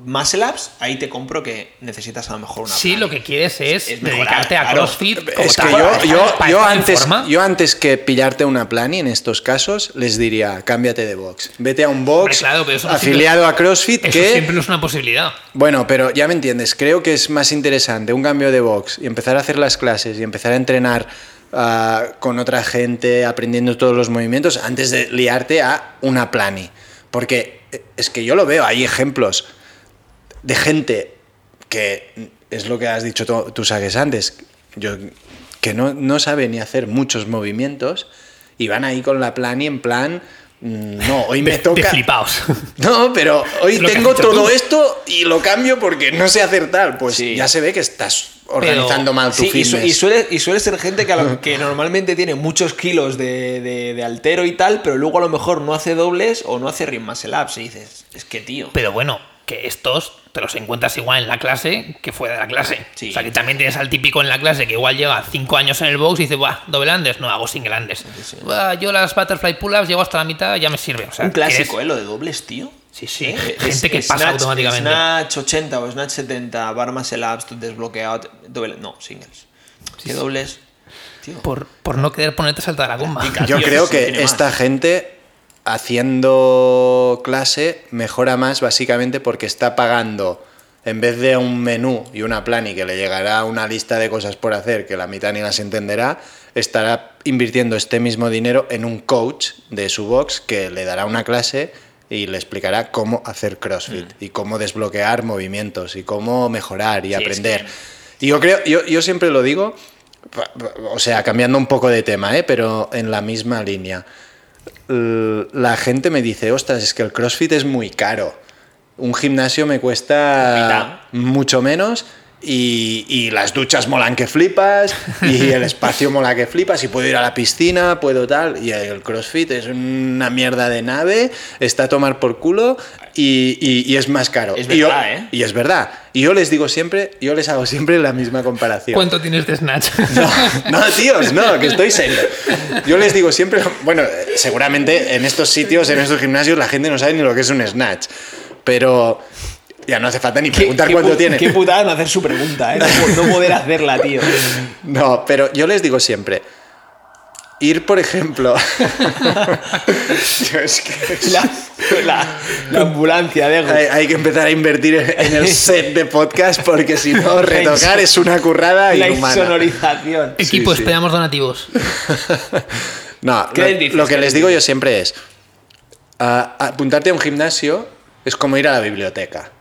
S1: muscle-ups, ahí te compro que necesitas a lo mejor una
S2: Sí,
S1: plan.
S2: lo que quieres es,
S1: Es mejorar,
S2: dedicarte a
S1: claro.
S2: CrossFit. como
S3: Es que
S2: tal,
S3: yo,
S2: para
S3: yo,
S2: estar
S3: yo
S2: en
S3: antes,
S2: forma.
S3: yo antes que pillarte una plani en estos casos, les diría, cámbiate de box. Vete a un
S2: Hombre,
S3: box
S2: claro, pero eso no
S3: afiliado a CrossFit
S2: Eso
S3: que...
S2: siempre no es una posibilidad.
S3: Bueno, pero ya me entiendes, creo que es más interesante un cambio de box y empezar a hacer las clases y empezar a entrenar ah, con otra gente, aprendiendo todos los movimientos, antes de liarte a una plani. Porque eh, es que yo lo veo, hay ejemplos de gente que es lo que has dicho tú, tú Sagues, antes, yo, que no, no sabe ni hacer muchos movimientos y van ahí con la plani en plan, mm, no, hoy me
S2: Te
S3: toca...
S2: flipaos.
S3: No, pero hoy
S2: Es lo que
S3: tengo
S2: has dicho
S3: todo
S2: tú.
S3: esto y lo cambio porque no sé hacer tal. Pues
S1: Sí.
S3: ya se ve que estás organizando mal tu
S1: Sí, y, su-
S3: fitness.
S1: y suele, y suele ser gente que, a lo- que normalmente tiene muchos kilos de, de- de altero y tal, pero luego a lo mejor no hace dobles o no hace rim muscle-ups y dices, es que tío...
S2: Pero bueno, que estos te los encuentras igual en la clase que fuera de la clase.
S1: Sí.
S2: O sea, que también tienes al típico en la clase que igual lleva cinco años en el box y dice, buah, doble andes, no hago single andes. Buah, yo las butterfly pull-ups llevo hasta la mitad, ya me sirve. O sea,
S1: Un clásico,
S2: quieres-
S1: ¿eh? Lo de dobles, tío.
S2: Sí, sí.
S1: Eh,
S2: Gente que pasa automáticamente.
S1: Snatch 80 o Snatch 70, bar muscle ups, desbloqueado, doble, no, singles. ¿Qué dobles? Tío.
S2: Por, por no querer ponerte a saltar a la goma.
S1: Practica.
S3: Yo
S1: Dios,
S3: creo
S1: no
S3: que
S1: tiene más.
S3: esta gente haciendo clase mejora más básicamente porque está pagando en vez de un menú y una plan y que le llegará una lista de cosas por hacer que la mitad ni las entenderá, estará invirtiendo este mismo dinero en un coach de su box que le dará una clase y le explicará cómo hacer CrossFit y cómo desbloquear movimientos y cómo mejorar y
S1: es
S3: aprender. Y yo creo, yo, yo siempre lo digo, o sea, cambiando un poco de tema, ¿eh? pero en la misma línea. L- La gente me dice, ostras, es que el CrossFit es muy caro. Un gimnasio me cuesta mucho menos y, y las duchas molan que flipas y el espacio mola que flipas y puedo ir a la piscina, puedo tal. Y el CrossFit es una mierda de nave, está a tomar por culo y, y- y es más caro.
S1: Es
S3: Y yo-
S1: verdad, ¿eh?
S3: Y es verdad. Y yo les digo siempre, yo les hago siempre la misma comparación.
S2: ¿Cuánto tienes de snatch?
S3: No, tíos, no, que estoy serio. Yo les digo siempre, bueno, eh, seguramente en estos sitios, en estos gimnasios, la gente no sabe ni lo que es un snatch. Pero ya no hace falta ni preguntar cuánto
S1: pu-
S3: tiene.
S1: Qué putada no hacer su pregunta, ¿eh? No, po- no poder hacerla, tío.
S3: No, pero yo les digo siempre. Ir, por ejemplo. Yo es que-
S1: La, la- la ambulancia, dejo.
S3: hay, hay que empezar a invertir en en el set de podcast porque si no, retocar es una currada
S1: La
S3: inhumana.
S1: insonorización.
S2: Equipo,
S3: sí.
S2: esperamos donativos.
S3: No,
S1: ¿Qué
S3: lo,
S1: les dices?
S3: lo que
S1: ¿Qué
S3: les
S1: les
S3: digo yo siempre es, ah, apuntarte a un gimnasio es como ir a la biblioteca.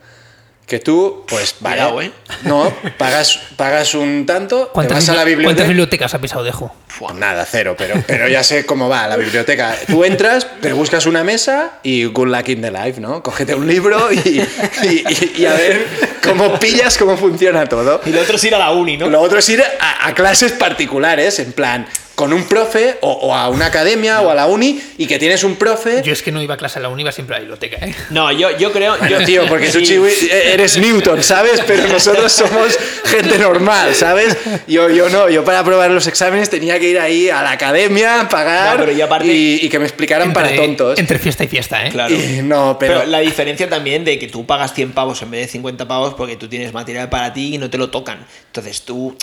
S3: Que tú, pues, vale.
S5: Cuidado, ¿eh?
S3: No, pagas, pagas un tanto, te
S2: ¿Cuántas,
S3: vas a la
S2: bibli- ¿Cuántas
S3: biblioteca.
S2: bibliotecas ha pisado Dejo?
S3: Pues nada, cero, pero, pero ya sé cómo va la biblioteca. Tú entras, te buscas una mesa y good luck in the life, ¿no? Cógete un libro y, y- y- y a ver cómo pillas, cómo funciona todo.
S1: Y lo otro es ir a la uni, ¿no?
S3: Lo otro es ir a, a clases particulares, en plan, con un profe o, o a una academia o a la uni y que tienes un profe.
S2: Yo es que no iba a clase a la uni, iba siempre a la biblioteca, ¿eh?
S1: No, yo, yo creo.
S3: Bueno,
S1: yo-
S3: tío, porque tú
S1: sí.
S3: chiwi- eh, eres Newton, ¿sabes? Pero nosotros somos gente normal, ¿sabes? Yo, yo no, yo para aprobar los exámenes tenía que ir ahí a la academia, pagar
S1: No, pero y aparte-
S3: y, y que me explicaran para
S2: Entre-
S3: tontos.
S2: Entre fiesta y fiesta, ¿eh?
S1: Claro.
S3: Y no,
S1: Pero,
S3: pero,
S1: la diferencia también de que tú pagas 100 pavos en vez de 50 pavos porque tú tienes material para ti y no te lo tocan. Entonces tú,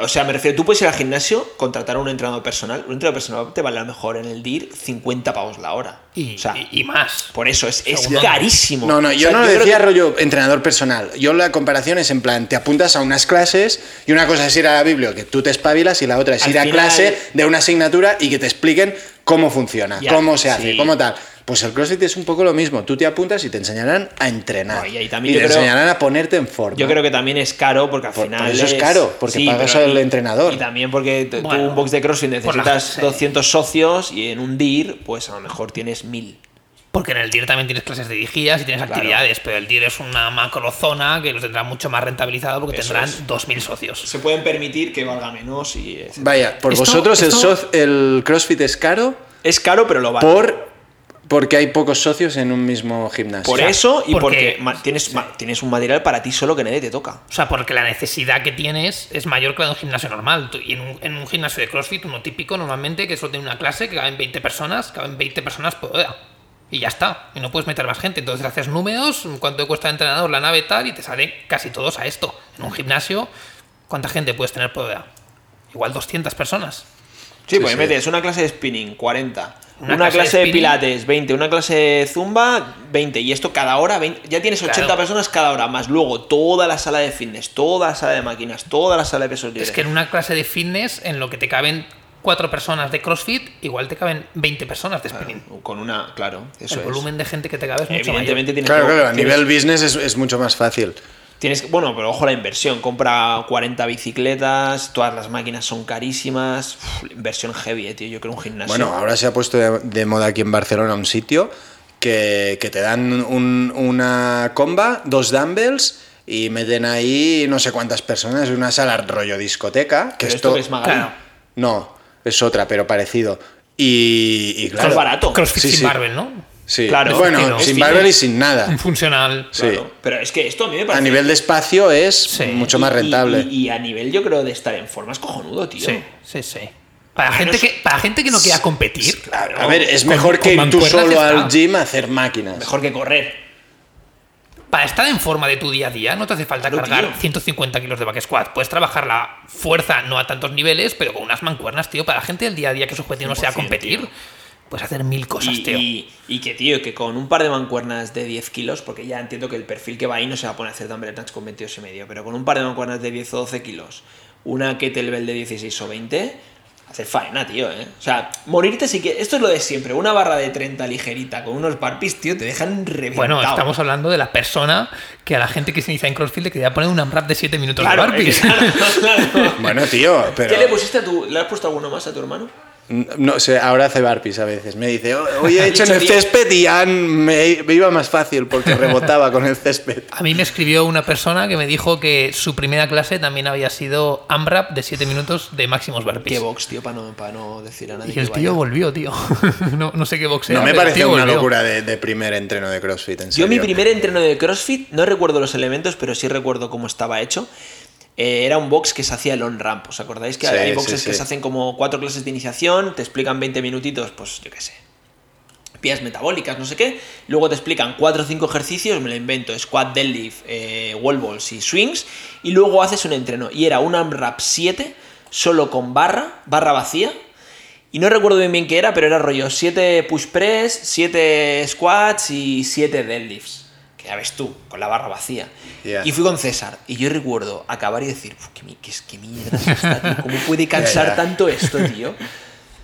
S1: o sea, me refiero, tú puedes ir al gimnasio, contratar a un entrenador personal. Un entrenador personal te vale a lo mejor en el DIR 50 pavos la hora.
S2: Y,
S1: o sea,
S2: y- y más.
S1: por eso es, es
S2: Segundo.
S1: carísimo.
S3: No, no,
S1: O
S3: yo
S1: sea,
S3: no lo
S1: creo
S3: decía
S1: que-
S3: rollo entrenador personal. Yo la comparación es en plan, te apuntas a unas clases y una cosa es ir a la biblia, que tú te espabilas, y la otra es
S1: Al
S3: ir a
S1: final-
S3: clase de una asignatura y que te expliquen cómo funciona,
S1: Ya,
S3: cómo
S1: sí.
S3: se hace, cómo tal. Pues el CrossFit es un poco lo mismo. Tú te apuntas y te enseñarán a entrenar.
S1: No, y ahí
S3: te
S1: también yo creo-
S3: enseñarán a ponerte en forma.
S1: Yo creo que también es caro porque al
S3: Por-
S1: final.
S3: por eso es caro, porque pagas
S1: pero-
S3: al entrenador.
S1: Y también porque t-
S2: Bueno,
S1: tú un box de crossfit
S2: por la-
S1: necesitas
S2: sí.
S1: 200 socios y en un DIR, pues a lo mejor tienes 1000.
S2: Porque en el DIR también tienes clases de vigías y tienes
S1: Claro.
S2: actividades, pero el DIR es una macrozona que los tendrá mucho más rentabilizado porque
S1: Eso
S2: tendrán
S1: es.
S2: 2.000 socios.
S1: Se pueden permitir que valga menos y. etc.
S3: Vaya, por
S2: Esto-
S3: vosotros el
S2: esto-
S3: soz- el CrossFit es caro
S1: Es caro, pero lo vale.
S3: por porque hay pocos socios en un mismo gimnasio.
S1: Por
S2: sea,
S1: eso y
S2: porque-
S1: porque, ma- tienes, ma- tienes un material para ti solo que nadie te toca.
S2: O sea, porque la necesidad que tienes es mayor que la de un gimnasio normal. Tú- Y en un, en un gimnasio de CrossFit, uno típico, normalmente, que solo tiene una clase, que caben 20 personas, caben 20 personas por hora. Y ya está. Y no puedes meter más gente. Entonces haces números, cuánto cuesta el entrenador, la nave tal, y te salen casi todos a esto. En un gimnasio, ¿cuánta gente puedes tener por hora? Igual 200 personas.
S1: Sí,
S3: Sí,
S1: pues
S3: sí.
S1: metes una clase de spinning, 40.
S2: Una
S1: Una,
S2: clase de
S1: clase, de,
S2: spinning.
S1: pilates, 20. Una clase de zumba, 20. Y esto cada hora, 20. Ya tienes 80
S2: Claro.
S1: personas cada hora, más luego toda la sala de fitness, toda la sala de máquinas, toda la sala de pesos libres.
S2: Es que en una clase de fitness, en lo que te caben cuatro personas de CrossFit, igual te caben 20 personas de spinning.
S1: Con una, claro, eso
S2: el
S1: es.
S2: volumen de gente que te cabe es mucho
S1: Evidentemente tienes
S3: Claro,
S1: que-
S3: claro, a
S1: tienes-
S3: nivel business es, es mucho más fácil.
S1: Tienes que- bueno, pero ojo a la inversión. Compra 40 bicicletas, todas las máquinas son carísimas. Uf, inversión heavy, eh, tío. Yo creo un gimnasio.
S3: Bueno, ahora se ha puesto de, de moda aquí en Barcelona un sitio que, que te dan un- una comba, dos dumbbells y meten ahí no sé cuántas personas en una sala rollo discoteca. Que
S1: Pero esto que es
S2: mayor.
S1: Magalí.
S2: Claro.
S3: No, es otra, pero parecido. Y, y claro.
S1: es barato.
S2: CrossFit
S3: Sí,
S2: sin
S3: sí.
S2: barbel, ¿no?
S3: Sí.
S1: Claro,
S3: bueno,
S2: es fino.
S3: sin
S1: Es
S3: barbell
S1: fino.
S3: y sin nada.
S2: Un funcional.
S3: Sí.
S1: Claro. Pero es que esto a mí me
S3: A
S1: parece.
S3: nivel de espacio es mucho más
S1: y-
S3: rentable.
S1: Y, y a nivel, yo creo, de estar en forma es cojonudo, tío.
S2: Sí, sí, sí. Para, gente que, para gente que no quiera competir.
S1: Claro.
S3: a ver, es
S2: con-
S3: mejor
S2: con
S3: que ir tú
S2: mancuernas
S3: solo
S2: está.
S3: al gym a hacer máquinas.
S1: Mejor que correr.
S2: Para estar en forma de tu día a día, no te hace falta
S1: Claro,
S2: cargar
S1: tío.
S2: 150 kilos de back squat. Puedes trabajar la fuerza no a tantos niveles, pero con unas mancuernas, tío. Para la gente del día a día que su objetivo no sea
S1: 100%,
S2: competir,
S1: tío.
S2: puedes hacer mil cosas,
S1: Y,
S2: tío.
S1: y- y que, tío, que con un par de mancuernas de 10 kilos, porque ya entiendo que el perfil que va ahí no se va a poner a hacer dumbbell Touch con 22 y medio, pero con un par de mancuernas de 10 o 12 kilos, una kettlebell de 16 o 20, hace faena, tío, ¿eh? O sea, morirte sí que... Esto es lo de siempre, una barra de 30 ligerita con unos barpis, tío, te dejan reventado.
S2: Bueno, estamos hablando de la persona que a la gente que se inicia en CrossFit le quería poner un AMRAP de 7 minutos
S1: Claro,
S2: de
S1: es
S2: burpees.
S1: que claro, claro.
S3: Bueno, tío, pero.
S1: ¿Qué le pusiste a tu... ¿Le has puesto alguno más a tu hermano?
S3: No sé, ahora hace barpis a veces. Me dice, "Oh, hoy he hecho en
S1: dicho
S3: el
S1: bien".
S3: césped y han- me, me iba más fácil porque rebotaba con el césped.
S2: A mí me escribió una persona que me dijo que su primera clase también había sido AMRAP de 7 minutos de máximos
S1: ¿Qué
S2: burpees.
S1: box, tío, para no, para no decir a nadie
S2: Y el
S1: que vaya?
S2: tío volvió, tío. No, no sé qué boxeo.
S3: No me parece una locura de, de primer entreno de CrossFit, en
S1: Yo mi
S3: serio.
S1: primer entreno de CrossFit, no recuerdo los elementos, pero sí recuerdo cómo estaba hecho. Eh, era un box que se hacía el on-ramp. ¿Os acordáis que
S3: Sí,
S1: hay
S3: sí,
S1: boxes que
S3: sí.
S1: se hacen como cuatro clases de iniciación, te explican 20 minutitos, pues yo qué sé. Vías metabólicas, no sé qué. Luego te explican cuatro o cinco ejercicios, me lo invento, squat, deadlift, eh, wall balls y swings. Y luego haces un entreno. Y era un AMRAP 7, solo con barra, barra vacía. Y no recuerdo bien bien qué era, pero era rollo 7 push press, 7 squats y 7 deadlifts. Que ya ves tú, con la barra vacía.
S3: Ya.
S1: Y fui con César, y yo recuerdo acabar y decir, "Uf, ¿qué, mi- qué, es- qué mierda es esta, tío? ¿Cómo puede cansar
S3: ya.
S1: tanto esto, tío?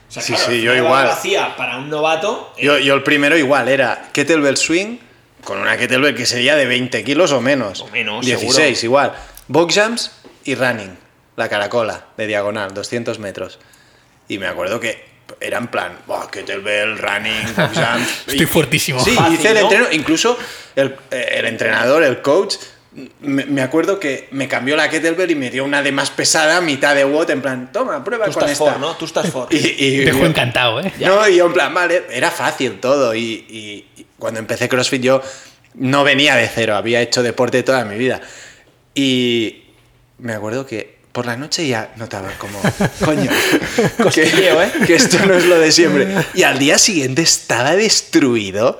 S1: O sea,
S3: Sí,
S1: claro,
S3: sí, yo
S1: una barra
S3: igual.
S1: vacía para un novato,
S3: Yo, yo el primero igual era kettlebell swing, con una kettlebell que sería de 20 kilos o menos.
S1: O menos,
S3: 16
S1: seguro.
S3: igual. Box jumps y running. La caracola de diagonal, 200 metros. Y me acuerdo que era en plan, "Buah, kettlebell, running, box jumps.
S2: Estoy
S3: Y-
S2: fuertísimo.
S3: Sí,
S1: Fácil,
S3: hice el
S1: ¿no?
S3: entreno. Incluso el, eh, el entrenador, el coach, me, me acuerdo que me cambió la kettlebell y me dio una de más pesada, mitad de watt, en plan, toma, prueba
S1: Tú
S3: con
S1: estás
S3: esta.
S1: for, ¿no? Tú estás for.
S3: Y, y-
S2: Te dejo encantado, ¿eh?
S3: no, y yo en plan, vale, era fácil todo. Y, y- y cuando empecé CrossFit yo no venía de cero, había hecho deporte toda mi vida. Y me acuerdo que por la noche ya notaba como, coño,
S1: Cosquilleo, ¿eh?
S3: que esto no es lo de siempre. Y al día siguiente estaba destruido.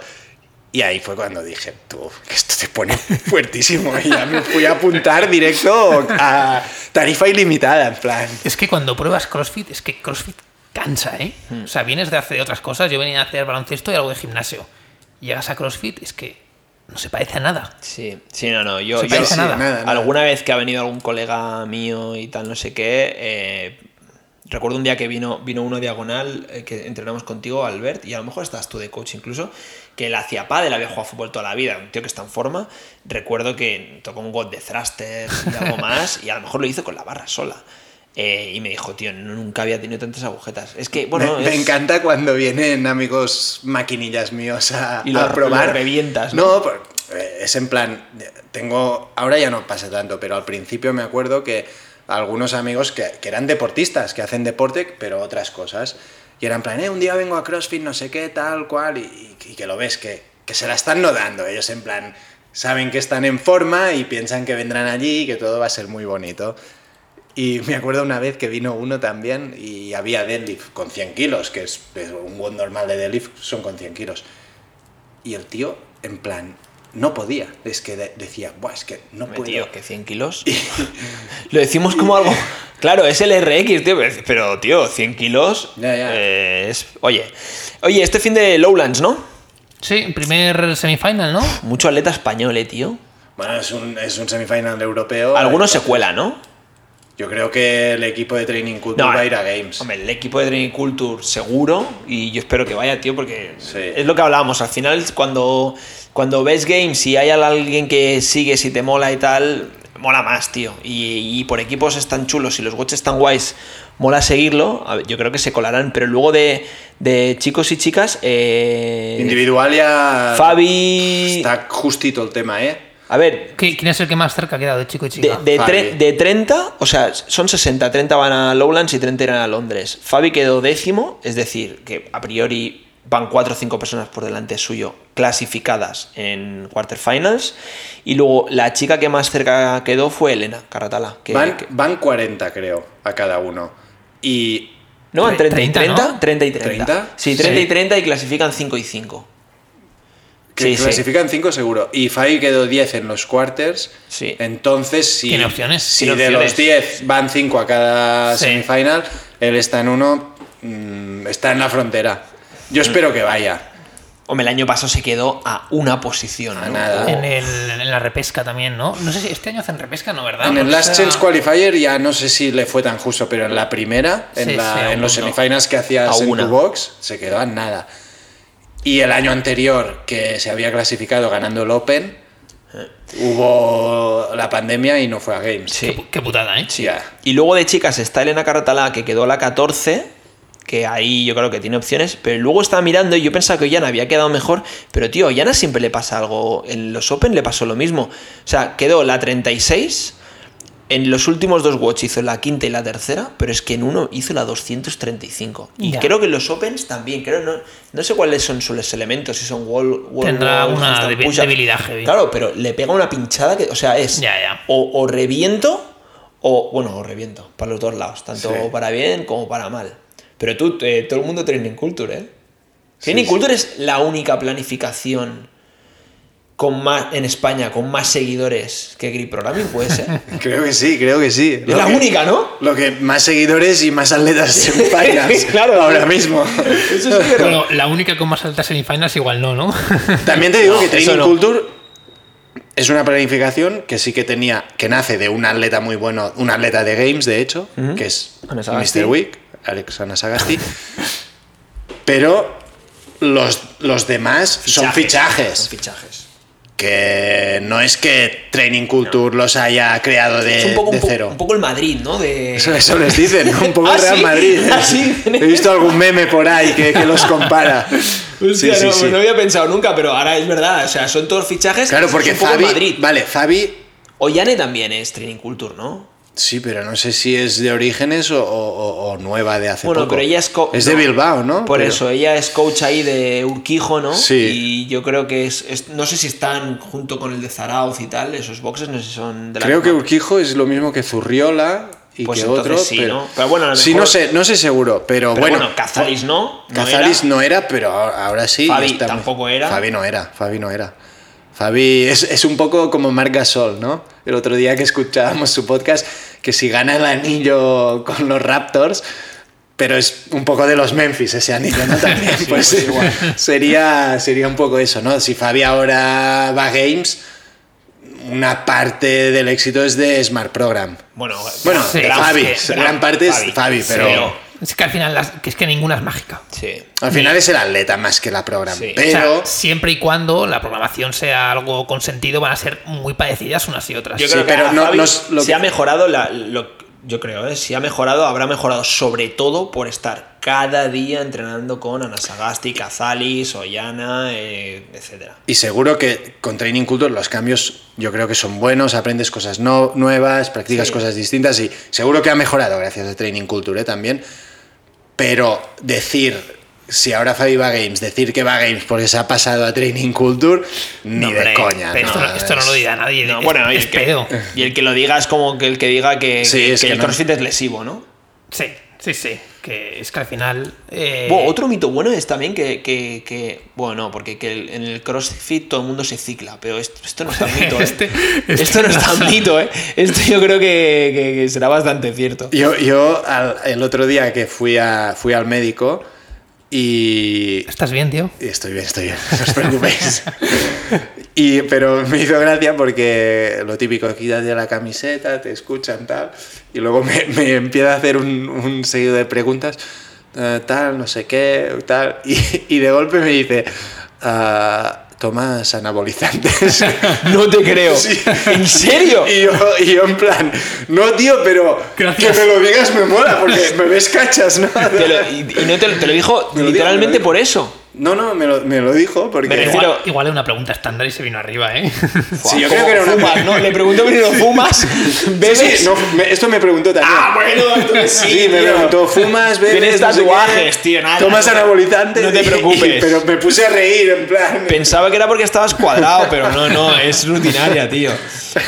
S3: Y ahí fue cuando dije, tú, que esto te pone fuertísimo. Y ya me fui a apuntar directo a tarifa ilimitada, en plan.
S2: Es que cuando pruebas CrossFit, es que CrossFit cansa, ¿eh? O sea, vienes de hacer otras cosas. Yo venía a hacer baloncesto y algo de gimnasio. Llegas a CrossFit, es que no se parece a nada.
S1: Sí, sí, no, no. Yo,
S2: Se
S1: yo-
S2: parece a nada.
S1: alguna vez que ha venido algún colega mío y tal, no sé qué, eh, recuerdo un día que vino, vino uno diagonal eh, que entrenamos contigo, Albert, y a lo mejor estás tú de coach incluso, que él hacía pádel, había jugado a fútbol toda la vida, un tío que está en forma. Recuerdo que tocó un God de thruster y algo más, y a lo mejor lo hizo con la barra sola. Eh, y me dijo, tío, no- nunca había tenido tantas agujetas. Es que, bueno,
S3: me, me
S1: es-
S3: encanta cuando vienen amigos maquinillas míos a,
S1: Y lo-
S3: a probar.
S1: lo revientas,
S3: ¿no?
S1: ¿no?
S3: por- eh, es en plan, tengo, ahora ya no pasa tanto, pero al principio me acuerdo que algunos amigos que, que eran deportistas, que hacen deporte, pero otras cosas, y eran en plan, eh, un día vengo a CrossFit, no sé qué, tal, cual, y, y que lo ves, que, que se la están nodando, ellos en plan, saben que están en forma y piensan que vendrán allí y que todo va a ser muy bonito. Y me acuerdo una vez que vino uno también y había deadlift con 100 kilos, que es, es un buen normal de deadlift, son con 100 kilos. Y el tío, en plan, no podía. Es que de- decía, Buah, es que no
S1: Hombre,
S3: puedo.
S1: tío, Pues que 100 kilos. lo decimos como algo. Claro, es el RX, tío, pero- pero, tío, 100 kilos.
S3: Ya, ya.
S1: eh, es... Oye, oye, este fin de Lowlands, ¿no?
S2: Sí, primer semifinal, ¿no?
S1: Mucho atleta español, eh, tío.
S3: Bueno, es un, es un semifinal europeo.
S1: Algunos se cuela, ¿no?
S3: Yo creo que el equipo de Training Culture
S1: No, eh,
S3: va a ir a Games.
S1: Hombre, el equipo de Training Culture seguro. Y yo espero que vaya, tío, porque
S3: Sí.
S1: es lo que hablábamos. Al final, cuando, cuando ves games y hay alguien que sigue, si te mola y tal, mola más, tío. Y, y por equipos están chulos y los watches tan guays, mola seguirlo. A ver, yo creo que se colarán. Pero luego de, de chicos y chicas, eh,
S3: Individual ya.
S1: Fabi.
S3: Está justito el tema, ¿eh?
S1: A ver,
S2: ¿Qui- ¿Quién es el que más cerca ha quedado de chico y
S1: De,
S2: chica?
S1: de,
S3: Fabi.
S1: tre- de 30, o sea, son 60, 30 van a Lowlands y 30 irán a Londres. Fabi quedó décimo, es decir, que a priori van 4 o 5 personas por delante suyo clasificadas en quarterfinals. Y luego la chica que más cerca quedó fue Elena Carratala. Que,
S3: Van,
S1: que-
S3: van 40, creo, a cada uno. Y.
S1: no, van 30, y
S2: 30,
S1: 30,
S2: ¿no?
S1: 30 y 30.
S3: 30?
S1: Sí, 30
S2: Sí.
S1: y 30 y clasifican 5 y 5.
S3: Que
S1: Sí, sí.
S3: clasifican 5 seguro. Y Fabi quedó 10 en los quarters.
S1: Sí.
S3: Entonces, si,
S2: Tiene opciones.
S3: si
S1: Tiene
S3: de
S1: opciones.
S3: los 10 van 5 a cada
S2: Sí.
S3: semifinal, él está en uno, mm, está en la frontera. Yo espero que vaya.
S1: Hombre, el año pasado se quedó a una posición.
S3: A
S1: ¿no?
S3: nada.
S2: En, el- en la repesca también, ¿no? No sé si este año hacen repesca, ¿no? ¿Verdad?
S3: En el
S2: Porque
S3: Last
S2: era-
S3: Chance Qualifier ya no sé si le fue tan justo, pero en la primera, en,
S2: Sí,
S3: la-
S2: sí, a
S3: en los
S2: uno.
S3: semifinals que
S1: A
S3: hacías en
S1: una.
S3: tu box, se quedó en nada. Y el año anterior, que se había clasificado ganando el Open,
S1: Eh.
S3: hubo la pandemia y no fue a Games.
S1: Sí.
S2: Qué putada, ¿eh?
S1: Sí.
S3: Ya.
S1: Y luego de chicas está Elena Carratalá, que quedó a la 14, que ahí yo creo que tiene opciones, pero luego estaba mirando y yo pensaba que Ollana había quedado mejor, pero tío, a Ollana siempre le pasa algo, en los Open le pasó lo mismo. O sea, quedó la 36, en los últimos dos Watch hizo la quinta y la tercera, pero es que en uno hizo la 235. Y
S2: Ya.
S1: creo que en los Opens también, creo, no, no sé cuáles son sus elementos, si son wall, wall
S2: Tendrá
S1: walls,
S2: una
S1: handstand
S2: debi-
S1: push-ups.
S2: debilidad heavy.
S1: Claro, Claro, pero le pega una pinchada que, o sea, es
S2: Ya, ya.
S1: O, o reviento o, bueno, o reviento, para los dos lados, tanto
S3: Sí.
S1: para bien como para mal. Pero tú, eh, todo el mundo Training Culture, ¿eh? Training Culture es la única planificación con más, en España con más seguidores que Grip Programming, puede ser.
S3: Creo que sí, creo que sí.
S1: es la
S3: que-
S1: única, ¿no?
S3: Lo que más seguidores y más atletas semifinals.
S1: Claro.
S3: ahora mismo.
S1: Eso sí que no.
S2: Bueno, la única con más altas semifinals igual no, ¿no?
S3: También te digo que Training
S1: eso no.
S3: Culture es una planificación que sí que tenía, que nace de un atleta muy bueno, un atleta de games, de hecho, que es
S1: Anasagasti.
S3: Mr. Wick, Alex Anasagasti. pero los, los demás son fichajes.
S1: Son fichajes.
S3: que no es que Training Culture los haya creado de,
S1: Es un poco,
S3: Eh, de
S1: un, po-
S3: cero.
S1: un poco el Madrid, ¿no? De...
S3: Eso, eso les dicen, ¿no? un poco
S1: ¿Ah,
S3: Real
S1: sí?
S3: Madrid. ¿eh?
S1: ¿Ah, sí?
S3: He visto algún meme por ahí que, que los compara.
S1: Hostia,
S3: Sí, sí,
S1: no, pues
S3: sí.
S1: no había pensado nunca, pero ahora es verdad. O sea, son todos fichajes.
S3: Claro,
S1: es
S3: porque
S1: un poco el
S3: Fabi.
S1: Madrid.
S3: Vale, Fabi.
S1: Ollane también es Training Culture, ¿no?
S3: Sí, pero no sé si es de orígenes o, o- o nueva de hace
S1: Bueno,
S3: poco.
S1: pero ella es. co-
S3: Es de
S1: no,
S3: Bilbao, ¿no?
S1: Por
S3: Ah, Pero-
S1: eso, ella es coach ahí de Urquijo, ¿no?
S3: Sí.
S1: Y yo creo que es, es- No sé si están junto con el de Zarauz y tal, esos boxes, no sé si son de la.
S3: Creo que
S1: misma-
S3: Urquijo es lo mismo que Zurriola y
S1: Pues
S3: que
S1: entonces
S3: otro.
S1: sí, ¿no? Pero bueno, a lo
S3: sí,
S1: mejor-
S3: no sé, no sé seguro, pero,
S1: Pero bueno,
S3: bueno.
S1: Cazalis no. no
S3: Cazalis
S1: era.
S3: no era, pero ahora ahora sí.
S1: Fabi
S3: ya está-
S1: tampoco era.
S3: Fabi no era, Fabi no era. Fabi es, es un poco como Marc Gasol, ¿no? El otro día que escuchábamos su podcast, que si gana el anillo con los Raptors, pero es un poco de los Memphis ese anillo, ¿no? También, pues, Sería, sería un poco eso, ¿no? Si Fabi ahora va a Games, una parte del éxito es de Smart Program.
S1: Bueno,
S3: Bueno,
S2: Sí,
S3: de
S2: gran-
S3: Fabi,
S2: sí,
S3: gran parte es Fabi, pero...
S2: Pero es que al final, las- que es que ninguna es mágica.
S1: Sí.
S3: Al final es el atleta más que la programa.
S1: Sí.
S2: O
S3: Pero
S2: sea, siempre y cuando la programación sea algo con sentido, van a ser muy parecidas unas y otras.
S1: Yo
S3: Sí,
S1: creo que
S3: pero
S1: a
S3: no-
S1: Fabi
S3: no es lo
S1: si
S3: que-
S1: ha mejorado, la- lo- yo creo, ¿eh? si ha mejorado, habrá mejorado sobre todo por estar cada día entrenando con Anasagasti, Cazalis, Ollana, eh, etcétera.
S3: y seguro que con Training Culture los cambios yo creo que son buenos, aprendes cosas no, nuevas, practicas
S1: Sí.
S3: cosas distintas y seguro que ha mejorado gracias a Training Culture ¿eh? también. Pero decir si ahora Fabi va a Games, decir que va a Games porque se ha pasado a Training Culture, ni
S2: No,
S3: de
S2: hombre,
S3: coña.
S2: pero esto, no, esto no lo dirá nadie.
S1: No,
S2: es-
S1: bueno, y
S2: es
S1: el, que, eh.
S2: pedo.
S1: y el que lo diga es como que el que diga que,
S3: Sí,
S1: que-
S3: es
S1: que
S3: que
S1: el
S3: no.
S1: CrossFit es lesivo, ¿no?
S2: Sí, sí, sí. Que es que al final. eh,
S1: Buah, otro mito bueno es también que, que- que- bueno, no, porque que el- en el CrossFit todo el mundo se cicla, pero esto, esto no es tan mito, ¿eh?
S2: Este- este
S1: esto no es tan mito, ¿eh? Esto yo creo que, que- que será bastante cierto.
S3: Yo, yo al- el otro día que fui, a, fui al médico y,
S2: ¿Estás bien, tío?
S3: Y Estoy bien, estoy bien, no os preocupéis. Y, pero me hizo gracia porque lo típico, quitas ya la camiseta, te escuchan, tal, y luego me, me empieza a hacer un, un seguido de preguntas, eh, tal, no sé qué, tal, y, y de golpe me dice, ah, tomas anabolizantes.
S1: No te creo.
S3: Sí.
S1: ¿En serio?
S3: Y yo, y yo en plan, no tío, pero
S2: Gracias.
S3: que me lo digas me mola, porque me ves cachas, ¿no?
S1: Te lo- y, y no te, lo- te lo dijo
S3: Me lo dijo,
S1: literalmente
S3: me lo
S1: por eso.
S3: No, no, me lo, me lo dijo porque...
S1: Me refiero-
S2: Igual,
S1: Pero-
S2: igual es una pregunta estándar y se vino arriba, ¿eh?
S3: Sí,
S1: Fua,
S3: yo creo que era
S1: ¿cómo
S3: una-
S1: fumas, ¿no? Le preguntó primero, ¿fumas?
S3: Sí,
S1: ¿Bebes?
S3: sí, no, me- esto me preguntó también.
S1: Ah, bueno, entonces sí,
S3: Sí, me
S1: tío.
S3: preguntó, ¿fumas, bebes?
S1: Tienes
S3: no sé qué?
S1: tatuajes, tío, nada.
S3: ¿Tomas anabolizantes?
S1: No te
S3: Y- y-
S1: preocupes.
S3: pero me puse a reír, en plan...
S1: Pensaba que era porque estabas cuadrado, pero no, no, es rutinaria, tío.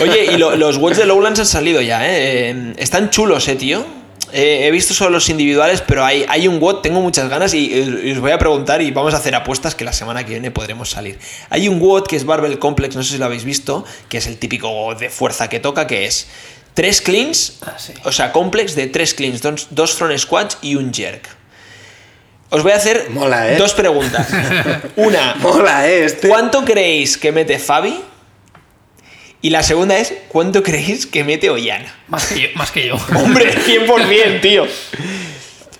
S1: Oye, y lo- los watts de Lowlands han salido ya, ¿eh? Eh, Están chulos, ¿eh, tío? Eh, he visto solo los individuales, pero hay, hay un WOT, tengo muchas ganas y, eh, os voy a preguntar y vamos a hacer apuestas que la semana que viene podremos salir. Hay un WOT que es Barbell Complex, no sé si lo habéis visto, que es el típico WOT de fuerza que toca, que es tres cleans,
S2: Ah, sí.
S1: o sea, complex de tres cleans, dos, dos front squats y un jerk. Os voy a hacer
S3: Mola, ¿eh?
S1: dos preguntas. Una,
S3: Mola, ¿eh? Este...
S1: ¿Cuánto creéis que mete Fabi? Y la segunda es, ¿cuánto creéis que mete Ollana?
S2: Más que yo. Más que yo.
S1: Hombre, 100%, tío.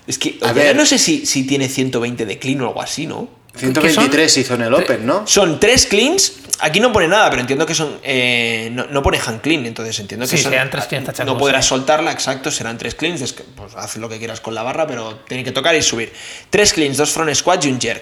S1: Es que
S3: A
S1: Ollana
S3: ver.
S1: no sé si, si tiene 120 de clean o algo así, ¿no?
S3: 123 hizo en el Open, ¿no?
S1: Son tres cleans. Aquí no pone nada, pero entiendo que son. eh, no, no pone hand clean, entonces entiendo que
S2: Sí,
S1: son-
S2: serán tres cleans tachando,
S1: No podrás soltarla, exacto, serán tres cleans. es que, pues haz lo que quieras con la barra, pero tiene que tocar y subir. Tres cleans, dos front squats y un jerk.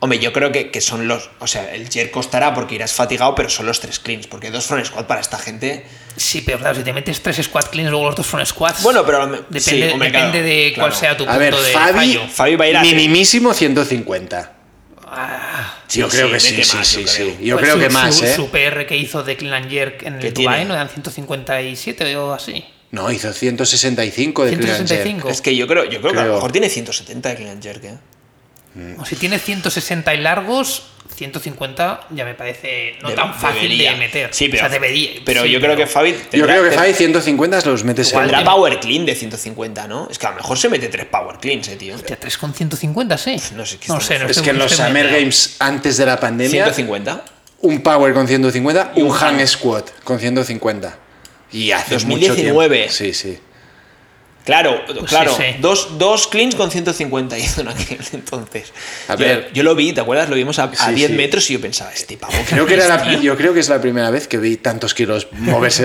S1: Hombre, yo creo que, que son los. O sea, el jerk costará porque irás fatigado, pero son los tres cleans, porque dos front squats para esta gente.
S2: Sí, pero claro, si te metes tres squat cleans, luego los dos son squats.
S1: Bueno, pero.
S2: Depende,
S1: sí, hombre, claro,
S2: depende de cuál
S1: claro.
S2: sea tu punto
S3: A ver,
S2: de
S3: Fabi,
S2: fallo.
S1: Fabi va a ir a-
S3: minimísimo 150.
S1: Sí,
S3: yo creo que
S1: mete
S3: sí, sí,
S1: más,
S3: sí,
S1: yo
S3: sí.
S1: creo.
S3: Yo
S2: Pues
S3: creo
S2: su-
S3: que más,
S2: su,
S3: ¿eh?
S2: Su PR que hizo de Clean and Jerk en
S1: ¿Qué
S2: el Dubai,
S1: tiene?
S2: ¿no? Eran 157 o así.
S3: No, hizo 165 de Clean and
S2: 165.
S3: Jerk.
S1: Es que yo creo, yo creo, que a
S3: Creo.
S1: lo mejor tiene 170 de clean and jerk, ¿eh?
S2: O si tiene 160 y largos, 150 ya me parece no
S1: Debe-
S2: tan fácil
S1: debería.
S2: de meter.
S1: Sí, pero,
S2: o sea, debería.
S1: pero
S2: sí,
S1: yo creo que Fabi.
S3: Yo
S1: tendrá-
S3: creo que
S1: ten-
S3: Fabi 150 los metes en...
S1: Tendrá
S2: Igual.
S1: power clean de 150, ¿no? Es que a lo mejor se mete tres power cleans, eh, tío.
S2: Hostia, 3 con 150, sí.
S1: Pues No sé, es que
S2: no
S1: esto-
S2: sé, no
S3: Es
S2: estoy-
S3: que en
S2: no
S3: los
S1: este
S2: estoy muy
S3: Summer
S2: enterado.
S3: Games antes de la pandemia...
S1: 150.
S3: un power con 150 y un
S1: un
S3: hang
S1: hang.
S3: squat con 150. Y hace mucho
S1: 2019.
S3: tiempo. Sí, sí.
S1: Claro, claro.
S2: Pues sí, sí.
S1: Dos, dos cleans con 150 hizo en aquel entonces.
S3: A
S1: Yo-
S3: ver.
S1: Yo, lo vi, ¿te acuerdas? Lo vimos a, a
S3: Sí,
S1: 10
S3: sí.
S1: metros y yo pensaba, este pavo que
S3: Creo que era la- yo creo que es la primera vez que vi tantos kilos moverse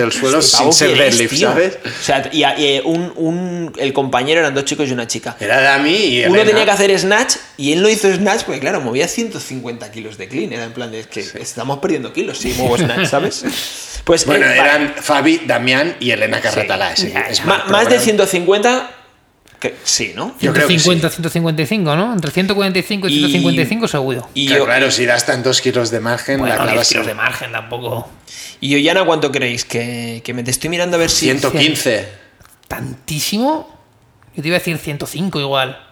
S3: del suelo
S1: este
S3: sin ser deadlift, ¿sabes?
S1: O sea, y, a- y, eh, un, un- el compañero eran dos chicos y una chica.
S3: Era Dami y
S1: Uno
S3: Elena.
S1: tenía que hacer snatch y él no hizo snatch porque, claro, movía 150 kilos de clean. Era en plan de es que estamos perdiendo kilos si muevo snatch, ¿sabes? Pues,
S3: Bueno,
S1: eh, va-
S3: eran Fabi, Damián y Elena Carratalá. ese-
S2: Ah,
S3: es
S1: ma-
S3: más
S1: más de
S3: programa.
S1: 150, que, sí, ¿no?
S3: Yo creo que sí.
S2: 150, 155, ¿no? Entre 145 y,
S1: Y-
S2: 155 seguro.
S1: Y
S3: Claro,
S1: yo,
S3: claro, si das tantos kilos de margen,
S2: Bueno,
S3: la
S2: no
S3: clavas
S2: tiros de
S3: en
S2: margen tampoco.
S1: y yo, Yana, ¿cuánto creéis? Que, que me te estoy mirando a ver si.
S3: 115.
S2: ¿Tantísimo? Yo te iba a decir 105 igual.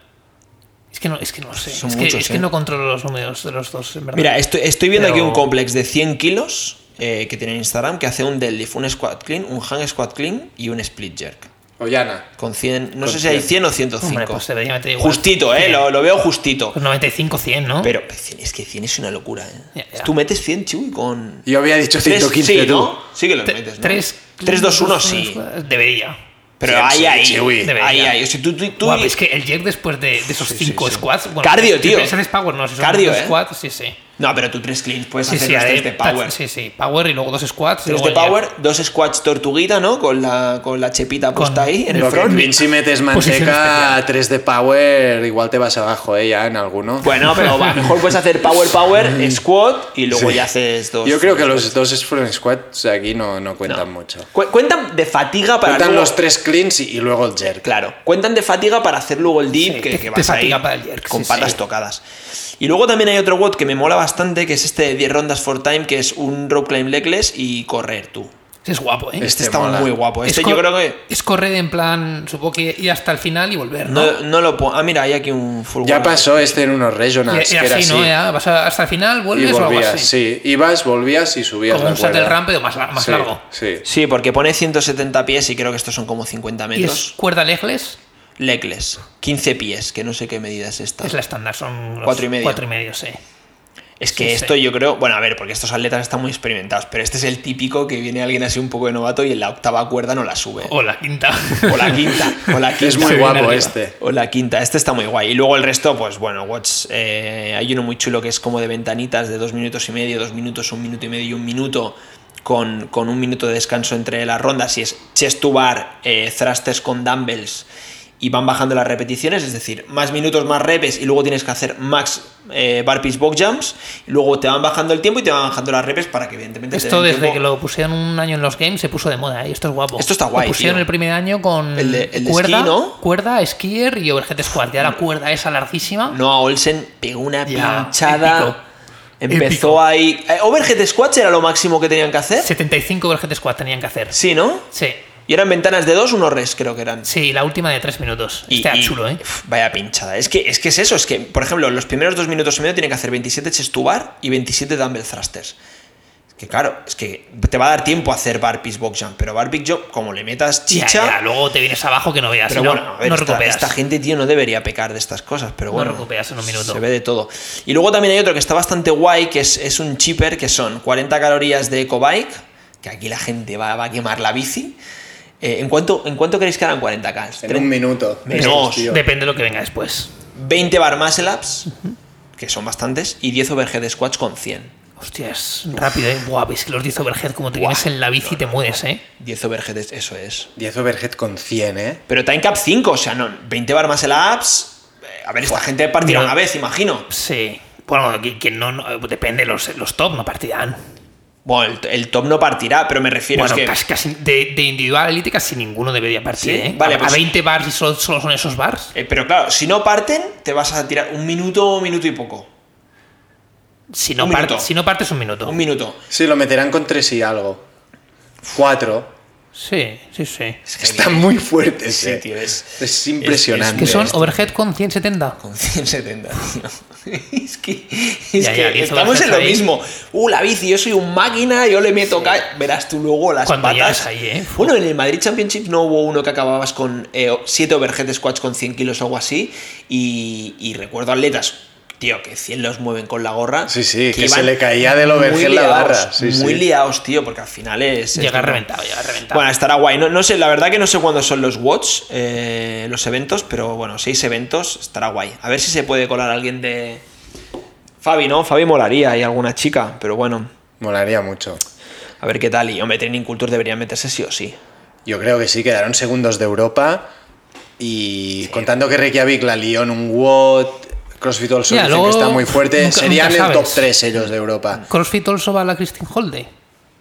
S2: Es que no, es que no lo sé.
S1: Son
S2: es que,
S1: muchos,
S2: es
S1: ¿eh?
S2: que no controlo los números de los dos, en verdad.
S1: Mira, estoy, estoy viendo aquí
S2: Pero-
S1: un complex de 100 kilos eh, que tiene en Instagram que hace un deadlift, un squat clean, un hang squat clean y un split jerk.
S3: Ollana.
S1: Con 100, no
S3: Con
S1: sé si hay 100 o 105.
S2: Hombre, pues debería meter igual.
S1: justito, eh, lo, lo veo justito.
S2: Pues 95, 100, ¿no?
S1: Pero 100 es que 100 es una locura, eh.
S2: Ya, ya.
S1: Tú metes 100, Chuy, con.
S3: Yo había dicho
S1: Tres-
S3: 115
S1: sí,
S3: tú.
S1: ¿no? Sí que lo
S2: Te-
S1: metes, ¿no?
S2: tres-
S1: 3, 2, 1,
S2: dos,
S1: sí.
S2: unos- Debería.
S1: Pero
S3: Sí,
S1: ahí,
S3: sí,
S1: ahí.
S3: Chuy.
S2: Debería.
S1: Ahí, ahí. O sea, tú, tú, tú-
S2: Guau, es que el jerk después de, de esos
S3: Sí, sí,
S2: 5
S3: sí.
S2: squats.
S1: Cardio,
S2: si
S1: tío.
S2: piensas en power, no. Si son
S1: Cardio,
S2: dos
S1: ¿eh?
S2: squats, sí, sí.
S1: No, pero tú tres cleans puedes
S2: Sí,
S1: hacer
S2: sí,
S1: los
S2: a
S1: tres
S2: de-
S1: de power.
S2: Sí, sí, power y luego dos squats. y
S1: Tres
S2: luego
S1: de
S2: el jerk.
S1: power, dos squats tortuguita, ¿no? Con la, con la chepita puesta
S2: Con-
S1: ahí en el
S3: Lo que en
S1: front.
S3: Vinci metes
S2: Posición
S3: manteca,
S2: especial.
S3: 3 de power, igual te vas abajo, ¿eh? Ya en alguno.
S1: Bueno, pero va, mejor puedes hacer power, power, squat y luego
S3: Sí.
S1: ya haces dos.
S3: Yo creo que los dos front squats aquí no, no cuentan mucho.
S1: Cu- cuentan de fatiga para
S3: Cuentan
S1: luego-
S3: los tres cleans y, y luego el jerk.
S1: Claro, cuentan de fatiga para hacer luego el dip
S2: Sí,
S1: que,
S2: te-
S1: que
S2: te
S1: vas
S2: fatiga
S1: ahí
S2: para el jerk,
S1: con
S2: sí,
S1: patas
S2: sí.
S1: tocadas. Y luego también hay otro WOD que me mola bastante, que es este de 10 rondas for time, que es un rope climb legless y correr tú.
S2: Ese es guapo, ¿eh?
S3: Este
S1: Este, está
S3: mola.
S1: muy guapo.
S2: Es
S1: Este
S2: cor-
S1: yo creo que
S2: Es correr en plan, supongo que ir hasta el final y volver, ¿no?
S1: no, no lo pongo. Ah, mira, hay aquí un full
S3: Ya
S1: wall.
S3: pasó este en unos
S2: Y-
S3: regionals,
S2: y
S3: que era
S2: así,
S3: así.
S2: ¿no? Ya, vas a- hasta el final,
S3: Y
S2: vuelves o algo
S3: volvías,
S2: así.
S3: sí. Ibas, volvías y subías
S2: Como
S3: la
S2: un salto del
S3: cuerda.
S2: rampe o más, la- más
S3: Sí,
S2: largo.
S3: Sí.
S1: Sí, porque pone 170 pies y creo que estos son como 50
S2: Y es
S1: metros.
S2: cuerda legless,
S1: Legless, 15 pies, que no sé qué medida es esta.
S2: es la estándar, son los
S1: Cuatro y medio.
S2: cuatro y medio, sí.
S1: Es que
S2: Sí,
S1: esto
S2: sí.
S1: yo creo, bueno, a ver, porque estos atletas están muy experimentados, pero este es el típico que viene alguien así un poco de novato y en la octava cuerda no la sube.
S2: O la quinta.
S1: O la quinta, o la quinta.
S3: Es muy
S2: Se viene
S3: guapo
S2: arriba.
S3: este.
S1: O la quinta, este está muy guay. Y luego el resto, pues bueno, Watch. eh, hay uno muy chulo que es como de ventanitas de dos minutos y medio, dos minutos, un minuto y medio y un minuto, con, con un minuto de descanso entre las rondas. Y es chest to bar, eh, thrusters con dumbbells y van bajando las repeticiones, es decir, más minutos, más repes y luego tienes que hacer max eh, burpees, box jumps. Y luego te van bajando el tiempo y te van bajando las repes para que, evidentemente, te
S2: Esto
S1: den
S2: desde
S1: tiempo.
S2: que lo pusieron un año en los games se puso de moda, ¿eh? esto es guapo.
S1: Esto está guay,
S2: Lo pusieron
S1: tío.
S2: el primer año con
S1: El de- el de
S2: cuerda,
S1: esquí, ¿no?
S2: cuerda, skier y overhead squat. Ya la cuerda esa larguísima.
S1: Noah Olsen pegó una
S2: Ya, épico.
S1: pinchada.
S2: Épico.
S1: Empezó ahí. Eh, overhead squats era lo máximo que tenían que hacer.
S2: 75 overhead squat tenían que hacer.
S1: Sí, ¿no?
S2: Sí.
S1: Y eran ventanas de dos, unos res, creo que eran.
S2: Sí, la última de 3 minutos.
S1: Y-
S2: Este era
S1: y-
S2: chulo, ¿eh?
S1: uf, Vaya pinchada. Es que, es que es eso. Es que, por ejemplo, los primeros dos minutos y medio tienen que hacer 27 chest to bar y 27 dumbbell thrusters. Es que claro, es que te va a dar tiempo a hacer barpees box jump, pero barpees jump, como le metas
S2: Ya,
S1: chicha.
S2: ya, luego te vienes abajo que no veas.
S1: Pero
S2: no,
S1: bueno, a ver,
S2: no
S1: esta,
S2: recuperas.
S1: esta gente, tío, no debería pecar de estas cosas, pero
S2: No
S1: bueno.
S2: recuperas en un minuto.
S1: Se ve de todo. Y luego también hay otro que está bastante guay, que es, es un cheaper, que son 40 calorías de EcoBike, que aquí la gente va, va a quemar la bici. Eh, ¿en, cuánto, ¿En cuánto creéis que harán 40K?
S3: En un minuto.
S1: Menos.
S3: Tío.
S2: Depende de lo que venga después.
S1: 20 bar muscle ups, que son bastantes, y 10 overhead squats con 100.
S2: Hostias, rápido, ¿eh? Buah, ves que los 10 overhead como te vienes en la bici y te mueves, ¿eh?
S1: 10 overhead, eso es.
S3: 10 overhead con 100, ¿eh?
S1: Pero time cap 5, o sea, no, 20 bar muscle ups. eh, A ver, esta gente partirá
S2: Mira.
S1: una vez, imagino.
S2: Sí. Bueno, que, que no, no- Depende, los, los top no partirán.
S1: Bueno, el, el top no partirá, pero me refiero
S2: bueno,
S1: es que.
S2: casi, casi de, de individual elite casi ninguno debería partir,
S1: Sí,
S2: ¿eh?
S1: vale,
S2: a,
S1: pues-
S2: a 20 bars y solo, solo son esos bars.
S1: Eh, pero claro, si no parten, te vas a tirar un minuto, un minuto y poco.
S2: Si no,
S1: Un
S2: par-
S1: minuto.
S2: si no partes un minuto.
S1: Un minuto.
S3: Sí, lo meterán con 3 y algo. 4.
S2: sí, sí, sí.
S1: Es
S3: Están muy fuertes,
S1: Sí,
S3: eh.
S1: tío, es-
S3: Es impresionante.
S2: Que son
S1: este-
S3: esto.
S2: overhead con 170.
S1: Con 170, tío. Es que, es
S2: Ya,
S1: que
S2: ya, que eso
S1: estamos
S2: bajas
S1: en lo
S2: ahí.
S1: mismo. Uh, la bici, yo soy un máquina, yo le meto... ca- Verás tú luego las
S2: Cuando
S1: patas.
S2: llegas ahí, ¿eh?
S1: Bueno, en el Madrid Championship no hubo uno que acababas eh, con 7 overhead squats con 100 kilos o algo así. Y, y recuerdo atletas tío, que 100 los mueven con la gorra.
S3: Sí, sí, que, se
S1: iban
S3: le caía de lo
S1: muy
S3: vergel la
S1: liados,
S3: barra. Sí,
S1: muy
S3: sí.
S1: liados, tío, porque al final es. es
S2: Llega
S1: duro.
S2: reventado, llega reventado.
S1: Bueno, estará guay. No, no sé, la verdad que no sé cuándo son los Watch, eh, los eventos, pero bueno, seis eventos, estará guay. A ver si se puede colar alguien de. Fabi, ¿no? Fabi molaría, hay alguna chica, pero bueno,
S3: Molaría mucho.
S1: a ver qué tal. Y hombre, Training Culture debería meterse sí o sí.
S3: Yo creo que sí, quedaron segundos de Europa. Y contando que Reykjavik la lió en un WOT, CrossFit All Sur
S2: Ya,
S3: dicen
S2: luego
S3: que está muy fuerte,
S2: nunca- nunca
S3: serían el
S2: sabes.
S3: top 3 ellos de Europa.
S2: CrossFit also va a la Christine Holde.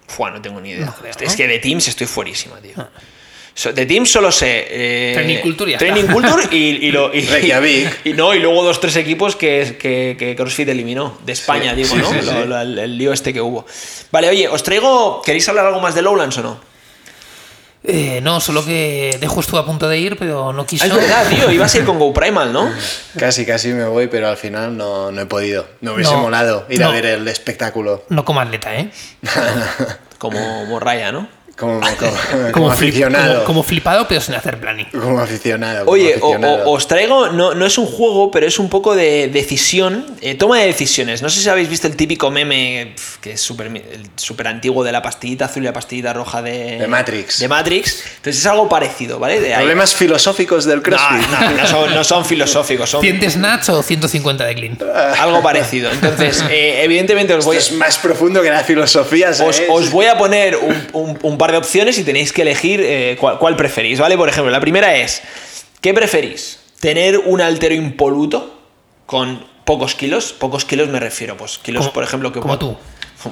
S1: Fua, no tengo ni idea.
S2: No creo,
S1: es
S2: ¿no? Ah.
S1: que de Teams estoy fuerísima, tío. So- de Teams solo sé. eh,
S2: Training Culture y ya
S1: Training
S2: está.
S1: Culture y, y lo- y-
S3: Reykjavik.
S1: Y, no, y luego dos, tres equipos que, que, que CrossFit eliminó. De España,
S3: Sí,
S1: digo,
S3: sí,
S1: ¿no?
S3: sí,
S1: Lo-
S3: sí.
S1: lo- el, el lío este que hubo. Vale, oye, os traigo. ¿Queréis hablar algo más de Lowlands o no?
S2: Eh, no, solo que Dejo estuvo a punto de ir, pero no quiso.
S1: Ah, es verdad, tío. Ibas a ir con Go Primal, ¿no?
S3: Casi, casi me voy, pero al final no, no he podido. No hubiese
S2: No,
S3: molado ir a
S2: no.
S3: ver el espectáculo
S2: No como atleta, ¿eh?
S1: Como Morraya, ¿no?
S3: como, como, como
S2: flip-
S3: aficionado.
S2: como- como flipado, pero sin hacer planning.
S3: Como aficionado. como
S1: Oye, o- o-
S3: aficionado.
S1: os traigo, no, no es un juego, pero es un poco de decisión, eh, toma de decisiones. No sé si habéis visto el típico meme pf, que es súper el súper antiguo de la pastillita azul y la pastillita roja de,
S3: De Matrix.
S1: De Matrix. Entonces es algo parecido, ¿vale? De ahí-
S3: Problemas filosóficos del
S1: No,
S3: CrossFit.
S1: no, no son, no son filosóficos, son
S2: 100 de snatch o 150 de clean.
S1: algo parecido. Entonces, eh, evidentemente os voy,
S3: Esto es más profundo que la filosofía.
S1: os,
S3: ¿sabes?
S1: os voy a poner un, un- un par de opciones y tenéis que elegir eh, cuál, cuál preferís, ¿vale? Por ejemplo, la primera es, ¿qué preferís? ¿Tener un altero impoluto con pocos kilos? Pocos kilos me refiero, pues kilos,
S2: Como-
S1: por ejemplo, que...
S2: como
S1: pon-
S2: tú.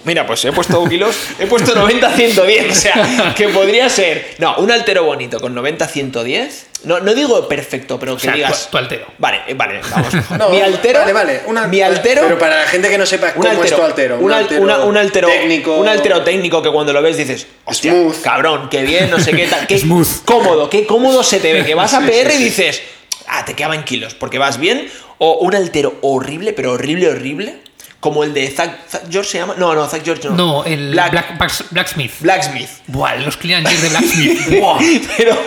S1: Mira, pues he puesto kilos, he puesto 90-110, o sea, que podría ser... No, un altero bonito con 90-110. No, no digo perfecto, pero que
S2: sea,
S1: digas...
S2: tu- tu altero.
S1: Vale, eh, vale, vamos.
S3: No,
S1: mi altero...
S3: Vale, vale. una-
S1: mi altero...
S3: Pero para la gente que no sepa
S1: Un
S3: cómo
S1: altero,
S3: es tu altero.
S1: un, al- una- un altero
S3: técnico.
S1: un altero técnico que cuando lo ves dices, hostia,
S3: Smooth.
S1: cabrón, qué bien, no sé qué tal, qué cómodo, qué cómodo se te ve, que vas a PR y dices, ah, te quedaban kilos porque vas bien, o un altero horrible, pero horrible, horrible, como el de Zack, Zack George se llama, no, no, Zack George no,
S2: No, el
S1: Black-
S2: Black- Black- Blacksmith.
S1: Blacksmith.
S2: Buah, los clean and jerk de Blacksmith. Buah,
S1: Pero,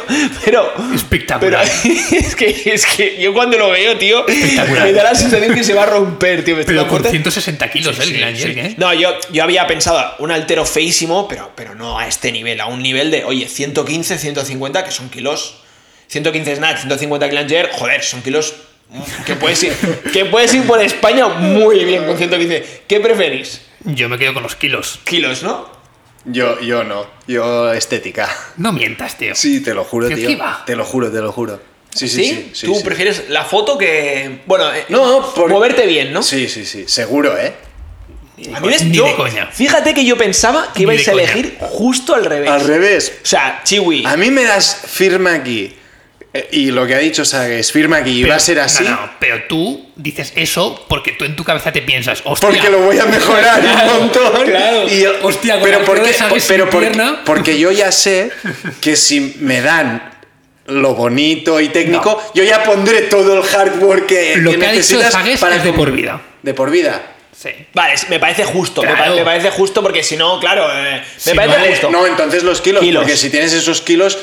S1: pero.
S2: Espectacular.
S1: Pero es que, es que yo cuando lo veo, tío,
S2: Espectacular.
S1: me da la sensación que se va a romper, tío. me estoy
S2: pero
S1: dando
S2: con
S1: cuenta.
S2: 160 kilos, eh, el
S1: Sí,
S2: clean and
S1: sí.
S2: jerk, ¿eh?
S1: No, yo, yo había pensado un altero feísimo, pero, pero no a este nivel, a un nivel de, oye, 115, 150, que son kilos. 115 snatch, 150 clanger, joder, son kilos que puedes ir, que puedes ir por España muy bien con 115. ¿Qué preferís?
S2: Yo me quedo con los kilos.
S1: Kilos, ¿no?
S3: Yo, yo no. Yo estética.
S2: No mientas, tío.
S3: Sí, te lo juro,
S2: Pero
S3: tío.
S2: esquiva.
S3: Te lo juro, te lo juro. Sí, sí,
S1: ¿Sí?
S3: sí. sí,
S1: ¿Tú
S3: sí.
S1: prefieres la foto que. Bueno, eh,
S3: No, por-
S1: moverte bien, ¿no?
S3: Sí, sí, sí. Seguro, ¿eh?
S1: A mí les-
S2: Ni
S1: yo-
S2: de coña.
S1: Fíjate que yo pensaba que
S2: Ni de
S1: ibais a
S2: coña.
S1: elegir justo al revés.
S3: Al revés.
S1: O sea, Chiwi.
S3: A mí me das firma aquí. eh, Y lo que ha dicho Sagues, firma aquí. Y
S2: Pero-
S3: va a ser así.
S2: No, no, pero tú dices eso porque tú en tu cabeza te piensas, hostia.
S3: Porque lo voy a mejorar un montón.
S2: claro.
S3: Y yo-
S2: Hostia, con
S3: pero
S2: la
S3: porque,
S2: prueba de Sagues
S3: pero
S2: sin
S3: porque-
S2: pierna.
S3: porque yo ya sé que si me dan lo bonito y técnico, yo ya pondré todo el hardware que,
S2: Lo
S3: que
S2: que ha dicho
S3: necesitas
S2: Sagues
S3: para
S2: es de
S3: com-
S2: por vida.
S3: De por vida.
S2: Sí.
S1: Vale, es- me parece justo. me
S2: Claro.
S1: pare- Me, parece justo porque si no, claro. eh, me
S2: Si
S1: parece
S2: no, eh,
S1: justo.
S3: No, entonces los kilos,
S1: Kilos.
S3: porque si tienes esos kilos,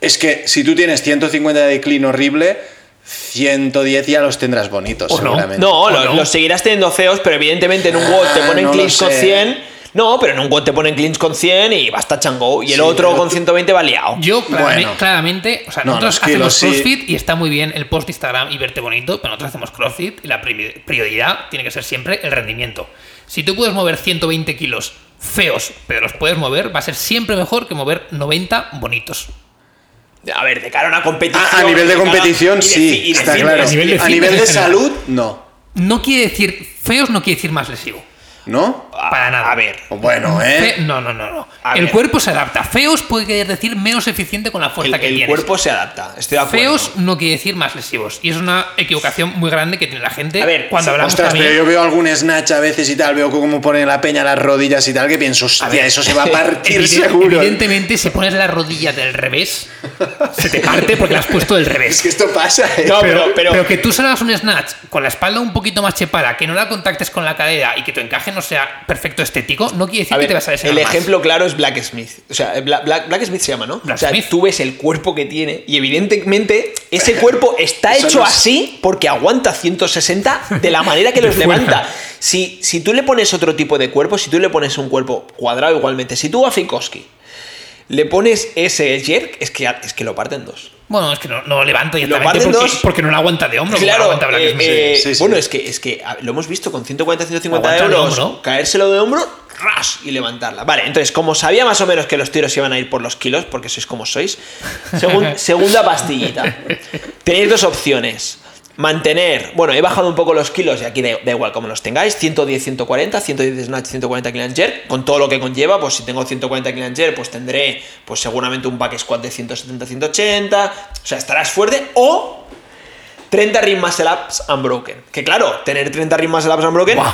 S3: es que si tú tienes 150 de clean horrible, 110 ya los tendrás bonitos,
S2: O no.
S3: seguramente.
S1: No,
S2: ¿O
S1: lo-
S2: no?
S1: los seguirás teniendo feos, pero evidentemente en un WOD te
S3: Ah,
S1: ponen
S3: no lo
S1: clinch con
S3: sé.
S1: 100. No, pero en un WOD te ponen clinch con 100 y basta chango. Y el
S3: Sí,
S1: otro
S3: pero-
S1: con 120 va liado.
S2: Yo claramente,
S3: Bueno.
S2: claramente, o sea,
S3: No,
S2: nosotros
S3: los kilos
S2: hacemos
S3: sí.
S2: CrossFit y está muy bien el post de Instagram y verte bonito, pero nosotros hacemos CrossFit y la pri- prioridad tiene que ser siempre el rendimiento. Si tú puedes mover 120 kilos feos, pero los puedes mover, va a ser siempre mejor que mover 90 bonitos.
S1: A ver, de cara a una competición.
S3: A, a nivel de
S1: cara-
S3: competición,
S1: y de-
S3: sí,
S1: y de
S3: está
S1: fin-
S3: claro.
S2: a nivel de
S3: a nivel de
S2: fitness en general.
S3: salud, no.
S2: No quiere decir feos, no quiere decir más lesivo.
S3: ¿No?
S1: A-
S2: Para nada.
S1: A ver, Mm,
S3: Bueno, ¿eh?
S2: Fe- no, no, no, no.
S1: A
S2: el
S1: ver.
S2: cuerpo se adapta. Feos puede querer decir menos eficiente con la
S1: el,
S2: fuerza que
S1: el
S2: tienes.
S1: cuerpo se adapta. Estoy de acuerdo.
S2: Feos no quiere decir más lesivos. Y es una equivocación muy grande que tiene la gente
S1: A ver,
S2: cuando
S1: sí,
S2: hablamos
S3: Ostras,
S2: también.
S3: pero yo veo algún snatch a veces y tal, veo cómo pone la peña las rodillas y tal, que pienso, hostia, eso se va a partir
S2: Evidente-
S3: seguro.
S2: Evidentemente, si pones la rodilla del revés, se te parte porque la has puesto del
S3: Es
S2: revés.
S3: que esto pasa, ¿eh?
S1: No, pero, pero,
S2: Pero que tú salgas un snatch con la espalda un poquito más chepada, que no la contactes con la cadera y que tu encaje no no sea perfecto estético, no quiere decir
S1: A
S2: que
S1: ver,
S2: te vas a
S1: el
S2: desear más.
S1: ejemplo claro es Black Smith. O sea, Bla- Black, Black Smith se llama, ¿no?
S2: Black
S1: o sea,
S2: Smith.
S1: tú ves el cuerpo que tiene y evidentemente ese cuerpo está
S3: Eso
S1: hecho
S3: no es-
S1: así porque aguanta 160 de la manera que los
S2: fuera.
S1: levanta. Si, si tú le pones otro tipo de cuerpo, si tú le pones un cuerpo cuadrado igualmente, si tú a Fikowski le pones ese jerk, es que, es que lo parten dos.
S2: Bueno, es que no, no levanta directamente
S1: parten
S2: porque,
S1: dos.
S2: porque no la aguanta de hombro. como la
S1: Claro,
S2: aguanta Black
S1: eh,
S2: Smith.
S1: eh,
S3: Sí, sí, sí.
S1: bueno, es que, es que a- lo hemos visto con 140, 150
S2: Aguanta de
S1: euros,
S2: hombro.
S1: caérselo de hombro, ras, y levantarla. Vale, entonces, como sabía más o menos que los tiros iban a ir por los kilos, porque sois como sois, segun- segunda pastillita. Tenéis dos opciones. Mantener, bueno, he bajado un poco los kilos y aquí da, da igual como los tengáis, 110, 140, 110 snatch, 140 clean and jerk, con todo lo que conlleva, pues si tengo 140 clean and jerk, pues tendré pues seguramente un back squat de 170, 180, o sea, estarás fuerte o 30 rim muscle ups unbroken. Que claro, tener 30 rim muscle ups unbroken.
S2: Guau.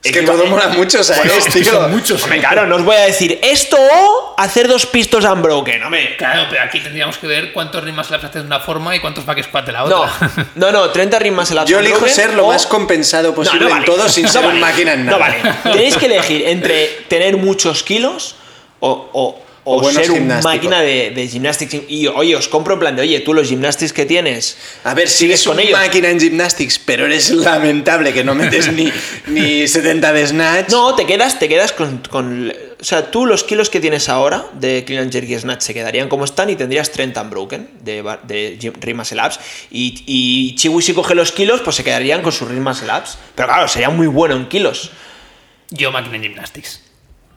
S3: Es que todo mola mucho, ¿sabes,
S2: es que
S3: tío?
S2: son muchos.
S1: Hombre, claro, no os voy a decir esto o hacer dos pistos unbroken. Hombre,
S2: Claro, pero aquí tendríamos que ver cuántos rimas laps haces de una forma y cuántos back squat de la
S1: no,
S2: otra.
S1: no, no, 30 rim muscle ups
S3: Yo elijo
S1: unbroken
S3: ser lo
S1: o-
S3: más compensado
S1: No,
S3: posible
S1: no vale.
S3: en todo sin
S1: No
S3: ser
S1: vale.
S3: un máquina en nada.
S1: No vale. Tenéis que elegir entre tener muchos kilos o, o- o
S3: O buenos
S1: ser una
S3: gimnásticos.
S1: máquina de, de gymnastics. Y oye, os compro en plan de, oye, tú los gymnastics que tienes.
S3: A ver, si
S1: ¿Sigues
S3: eres
S1: con
S3: una
S1: ellos?
S3: máquina en gymnastics, pero eres lamentable que no metes ni, ni 70 de snatch.
S1: No, te quedas, te quedas con, con- O sea, tú los kilos que tienes ahora de Clean and Jerk y Snatch se quedarían como están y tendrías 30 unbroken de, bar- de gym- Rim Muscle Ups. Y, y Chiwi si coge los kilos, pues se quedarían con sus Rim Muscle Ups. Pero claro, sería muy bueno en kilos.
S2: Yo máquina en gymnastics.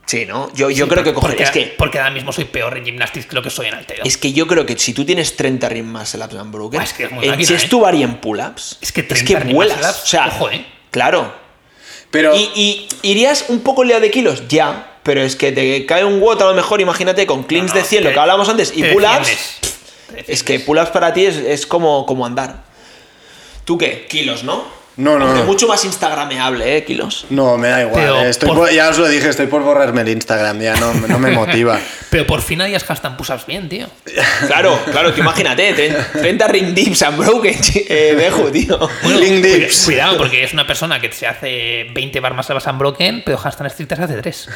S1: Sí, ¿no? Yo, yo creo que coger...
S2: porque,
S1: Es que,
S2: porque ahora mismo soy peor en gymnastics que lo que soy en altero.
S1: es que yo creo que si tú tienes 30 Rim Muscle Ups unbroken,
S2: Buah, es que es muy
S1: en
S2: máquina,
S1: chest
S2: ¿eh?
S1: to bar y en pull-ups...
S2: Es que 30 Rim Muscle Ups,
S1: o sea,
S2: ojo, ¿eh?
S1: Claro,
S3: Pero
S1: Y, y irías un poco lea de kilos, ya. Pero es que te cae un WOT a lo mejor, imagínate, con cleans
S2: No, no,
S1: de 100, lo
S2: te-
S1: que hablábamos antes, y
S2: te
S1: pull-ups.
S2: defiendes. Te
S1: Es
S2: defiendes.
S1: que pull-ups para ti es, es como, como andar. ¿Tú qué? Kilos, ¿no?
S3: No, no,
S1: Aunque
S3: no.
S1: Mucho más instagrameable, ¿eh? Kilos.
S3: no, me da igual.
S2: Pero
S3: eh, estoy
S2: por-
S3: por- Ya os lo dije, estoy por borrarme el Instagram, ya no, no me motiva.
S2: Pero por fin harías hashtag push-ups bien, tío.
S1: Claro, claro, que imagínate, tre- 30 ring dips unbroken, chi- eh, Deju, tío.
S3: Link
S2: cuida-
S1: pues,
S3: dips.
S2: Cuidado, porque es una persona que se hace 20 bar más levas broken, pero hashtag estrictas hace 3.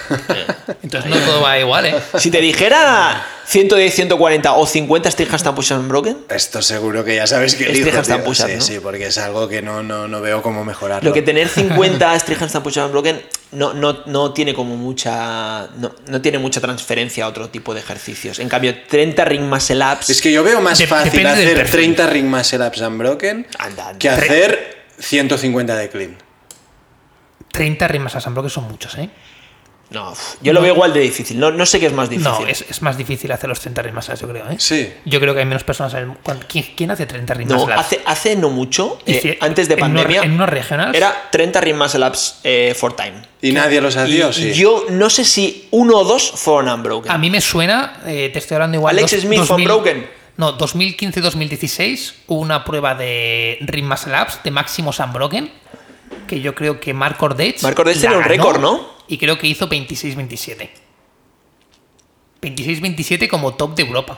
S2: Entonces no todo va igual, ¿eh?
S1: Si te dijera 110, 140 o 50 stick hashtag push unbroken,
S3: Esto seguro que ya sabes que
S1: Este
S3: elijo,
S1: hashtag
S3: tío.
S1: push-up,
S3: Sí,
S1: ¿no?
S3: sí, porque es algo que no, no, no veo cómo mejorarlo.
S1: Lo que tener 50 Strihan Stampucha Broken no, no, no tiene como mucha. No, no tiene mucha transferencia a otro tipo de ejercicios. En cambio, 30 Ring Muscle Ups.
S3: Es que yo veo más
S2: Dep-
S3: fácil
S2: depende del
S3: hacer
S2: perfil.
S3: 30 ring muscle ups unbroken
S1: Anda, anda.
S3: que hacer 150 de clean.
S2: 30 rimas a broken son muchos, ¿eh?
S1: No, uf, yo lo veo igual de difícil. No, no sé qué es más difícil.
S2: No, es, es más difícil hacer los 30 rimas, yo creo, ¿eh?
S3: Sí.
S2: Yo creo que hay menos personas. en el mu- cuan- ¿Quién, quién hace 30 rimas?
S1: No, hace, hace no mucho, eh, antes de pandemia,
S2: En unos regionales.
S1: era 30 Ring Muscle Ups eh, for time.
S3: Y nadie los
S1: Y,
S3: hacía, ¿o sí.
S1: y yo no sé si uno o dos fueron
S2: A
S1: unbroken.
S2: mí me suena, eh, te estoy hablando igual.
S1: Alex Smith from Broken.
S2: No, 2015-2016 hubo una prueba de Rim Muscle Ups de Maximus Unbroken que yo creo que Mark Ordates.
S1: Mark Ordaitz
S2: la
S1: tiene un
S2: ganó,
S1: récord, ¿no?
S2: Y creo que hizo 26-27. 26-27 como top de Europa.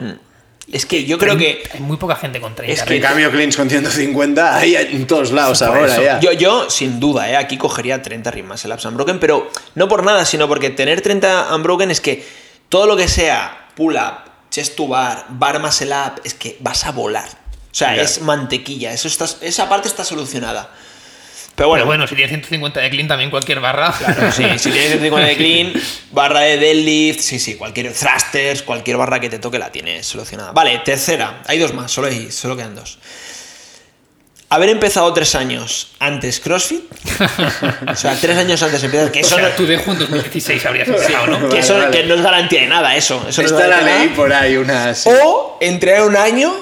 S1: Es que yo Mm. creo que.
S2: Hay muy poca gente con 30.
S1: Es
S3: En
S1: que-
S3: cambio, cleans con 150 hay en todos lados
S2: Por
S3: ahora
S2: eso.
S3: ya.
S1: Yo, yo, sin duda, ¿eh? aquí cogería 30 rimas el Abs Unbroken, pero no por nada, sino porque tener 30 Unbroken es que todo lo que sea pull-up, chest to bar, bar más el up, es que vas a volar. O sea,
S3: Ya.
S1: es mantequilla, eso está, esa parte está solucionada. Pero
S2: Bueno,
S1: bueno,
S2: bueno, si tienes 150 de clean también cualquier barra.
S1: claro, sí, si tienes 150 de clean, barra de deadlift, sí, sí, cualquier thrusters, cualquier barra que te toque la tienes solucionada. Vale, tercera, hay dos más, solo, hay, solo quedan dos. Haber empezado tres años antes CrossFit, o sea, tres años antes empiezas, que
S2: O
S1: eso,
S2: sea,
S1: no,
S2: tú de en 2016 habrías empezado, ¿no?
S1: que
S3: Vale,
S1: eso-
S3: vale.
S1: que no es garantía de nada, eso. eso no es
S3: Está la
S1: garantía de
S3: ley
S1: nada.
S3: por ahí, una. sí.
S1: O entrenar un año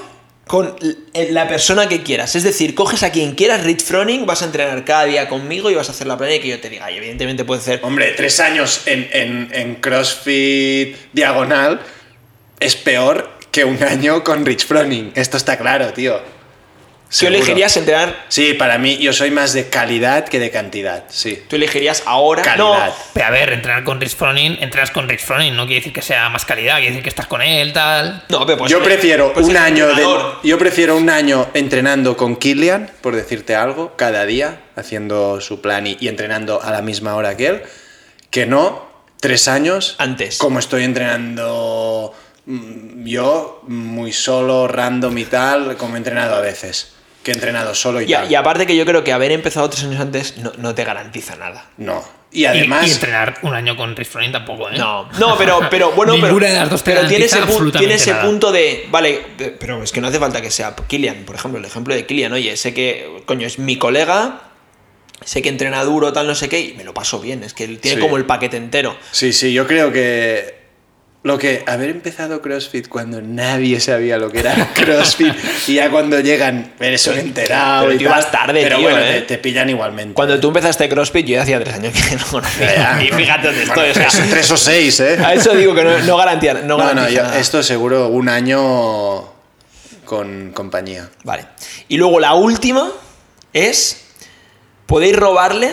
S1: con l- eh, la persona que quieras. Es decir, coges a quien quieras, Rich Froning, vas a entrenar cada día conmigo y vas a hacer la planilla que yo te diga. Y evidentemente puede ser
S3: Hombre, tres años en, en- en CrossFit diagonal es peor que un año con Rich Froning. Esto está claro, tío.
S1: Tú
S3: Seguro.
S1: elegirías entrenar,
S3: Sí, para mí yo soy más de calidad que de cantidad, sí.
S1: tú elegirías ahora.
S3: Calidad.
S2: Pero a ver, entrenar con Rich Froning, entrenas con Rich Froning, no quiere decir que sea más calidad, quiere decir que estás con él, tal.
S1: No, no, pero pues
S3: yo
S1: el-
S3: prefiero
S1: pues
S3: un
S1: el
S3: año de,
S1: entrenador.
S3: yo prefiero un año entrenando con Kilian, por decirte algo, cada día, haciendo su plan y, y entrenando a la misma hora que él, que no tres años
S1: Antes.
S3: como estoy entrenando mm, yo, muy solo, random y tal, como he entrenado a veces. Que he entrenado solo y,
S1: Y, a-
S3: tal.
S1: y aparte que yo creo que haber empezado tres años antes no, no te garantiza nada.
S3: No. Y
S2: Y-
S3: además.
S2: Y, entrenar un año con Rift Running tampoco, ¿eh?
S1: No, no, pero, pero bueno, pero,
S2: Ninguna de las dos te
S1: pero tiene ese, pu-
S2: garantiza
S1: tiene
S2: absolutamente
S1: ese
S2: nada.
S1: punto de, vale, de- pero es que no hace falta que sea Kilian, por ejemplo, el ejemplo de Kilian, oye, sé que, coño, es mi colega, sé que entrena duro, tal, no sé qué, y me lo paso bien, es que él tiene
S3: Sí.
S1: como el paquete entero.
S3: Sí, sí, yo creo que. Lo que haber empezado CrossFit cuando nadie sabía lo que era CrossFit y ya cuando llegan, eres un enterado.
S1: pero
S3: y
S1: tú
S3: tal.
S1: ibas tarde,
S3: pero
S1: tío,
S3: bueno,
S1: ¿eh?
S3: te, te pillan igualmente.
S1: Cuando tú empezaste CrossFit, yo ya hacía tres años que no
S3: Ya,
S1: conocía.
S3: ya.
S1: Y fíjate dónde estoy, o sea,
S3: Tres, tres o seis, ¿eh?
S1: a eso digo que no, no garantía, no
S3: No, no,
S1: garantiza
S3: yo-
S1: nada.
S3: esto seguro un año con compañía.
S1: Vale. Y luego la última es, podéis robarle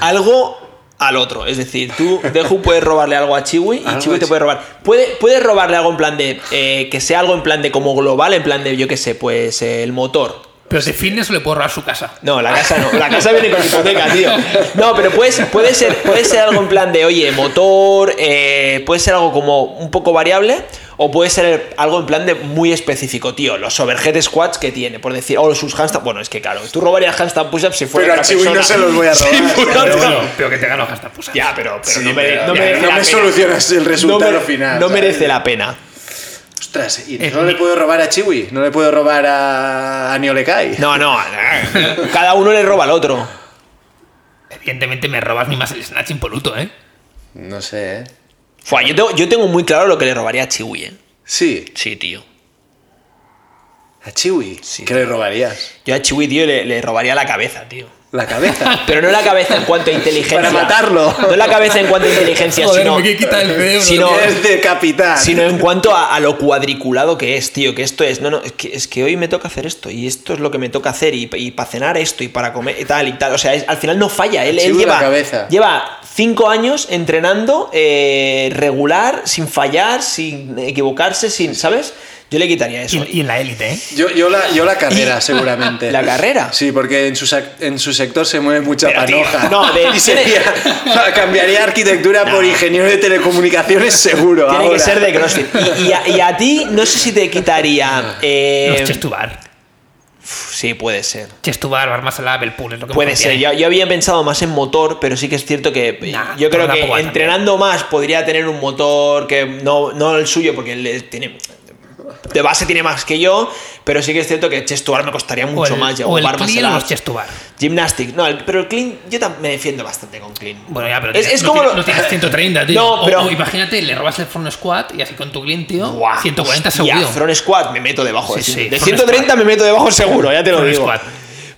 S1: algo al otro. Es decir, tú, Deju, puedes robarle algo a Chiwi y
S3: Algo
S1: Chiwi
S3: a
S1: te
S3: Chi-
S1: puede robar. Puede, puedes robarle algo en plan de, eh, que sea algo en plan de como global, en plan de, yo qué sé, pues eh, el motor.
S2: Pero si fitness le puedo robar su casa.
S1: No, la casa no. La casa viene con hipoteca, tío. No, pero puede ser, puede ser, puede ser algo en plan de, oye, motor, eh, puede ser algo como un poco variable, o puede ser algo en plan de muy específico, tío. Los overhead squats que tiene, por decir, o sus handstand. Bueno, es que claro, tú robarías handstand push-ups si fuera.
S3: Pero a
S1: otra
S3: Chiwi no
S1: persona.
S3: se los voy a robar.
S1: Sí, fuera
S2: Pero
S1: otra-
S2: bueno, pero que te gano hasta pusas.
S1: Ya, pero, pero
S3: Sí,
S1: no, mere-
S3: pero
S1: no
S3: ya,
S1: merece
S3: no
S1: la
S3: me
S1: pena.
S3: solucionas el resultado
S1: No mere-
S3: final.
S1: No
S3: ¿sabes?
S1: merece la pena.
S3: Ostras, ¿y
S2: Eh,
S3: no le
S2: mi-
S3: puedo robar a Chiwi? ¿No le puedo robar a, a Niolecai?
S1: No, no. eh, Cada uno le roba al otro.
S2: Evidentemente me robas mi más el snatch impoluto, ¿eh?
S3: No sé, ¿eh?
S1: Fua, yo, tengo, yo tengo muy claro lo que le robaría a Chiwi, ¿eh?
S3: Sí,
S1: Sí, tío.
S3: a Chiwi. ¿Qué le robarías?
S1: Yo a Chiwi, tío, le, le robaría la cabeza, tío.
S3: La cabeza.
S1: Pero no la cabeza en cuanto a inteligencia.
S3: Para matarlo.
S1: No la cabeza en cuanto a inteligencia, sino,
S2: quita el cerebro.
S1: eh, si no-
S3: es decapitar.
S1: sino en cuanto a, a lo cuadriculado que es, tío. Que esto es, no, no, es que, es que hoy me toca hacer esto y esto es lo que me toca hacer y, para cenar esto y para comer y tal y tal. O sea, es- al final no falla. Él, él
S3: Chivo de
S1: lleva,
S3: la cabeza.
S1: lleva cinco años entrenando eh, regular, sin fallar, sin equivocarse, sin, ¿sabes? Yo le quitaría eso.
S2: Y, y en la élite, ¿eh?
S3: Yo, yo, la, yo la carrera, seguramente.
S1: ¿La carrera?
S3: Sí, porque en su, sac- en su sector se mueve mucha
S1: Pero, tío,
S3: panoja.
S1: no, de-
S3: y sería, cambiaría arquitectura por ingeniero de telecomunicaciones, seguro.
S1: Tiene
S3: ahora.
S1: que ser de CrossFit. Y, y a, y a ti, no sé si te quitaría. eh,
S2: Los Chestubar.
S1: sí, puede ser.
S2: Chestubar, Bar Masala, el pool, es lo que me
S1: Puede ser.
S2: conviene.
S1: Yo, yo había pensado más en motor, pero sí que es cierto que eh,
S2: Nah,
S1: yo creo
S2: pero
S1: que
S2: tampoco va tan
S1: entrenando más podría tener un motor que no, no el suyo, porque él eh, tiene. De base tiene más que yo, pero sí que es cierto que chestuar me costaría
S2: O
S1: mucho
S2: el,
S1: más.
S2: o el
S1: llevar más
S2: clean
S1: el
S2: o
S1: ar-
S2: los Chestubar.
S1: Gymnastics. No, el- pero el clean, yo tam- me defiendo bastante con clean.
S2: Bueno, ya, pero
S1: Es-
S2: tienes-
S1: es
S2: no,
S1: como
S2: tienes,
S1: lo-
S2: no tienes 130, tío.
S1: No,
S2: O-
S1: pero-
S2: o imagínate, le robas el front squat y así con tu clean, tío,
S1: Buah,
S2: 140
S1: hostia,
S2: seguro.
S1: Front squat me meto debajo. de
S2: Sí,
S1: cien-
S2: sí,
S1: de
S2: front
S1: 130
S2: squat.
S1: me meto debajo seguro, ya te lo
S2: Front
S1: digo.
S2: squat.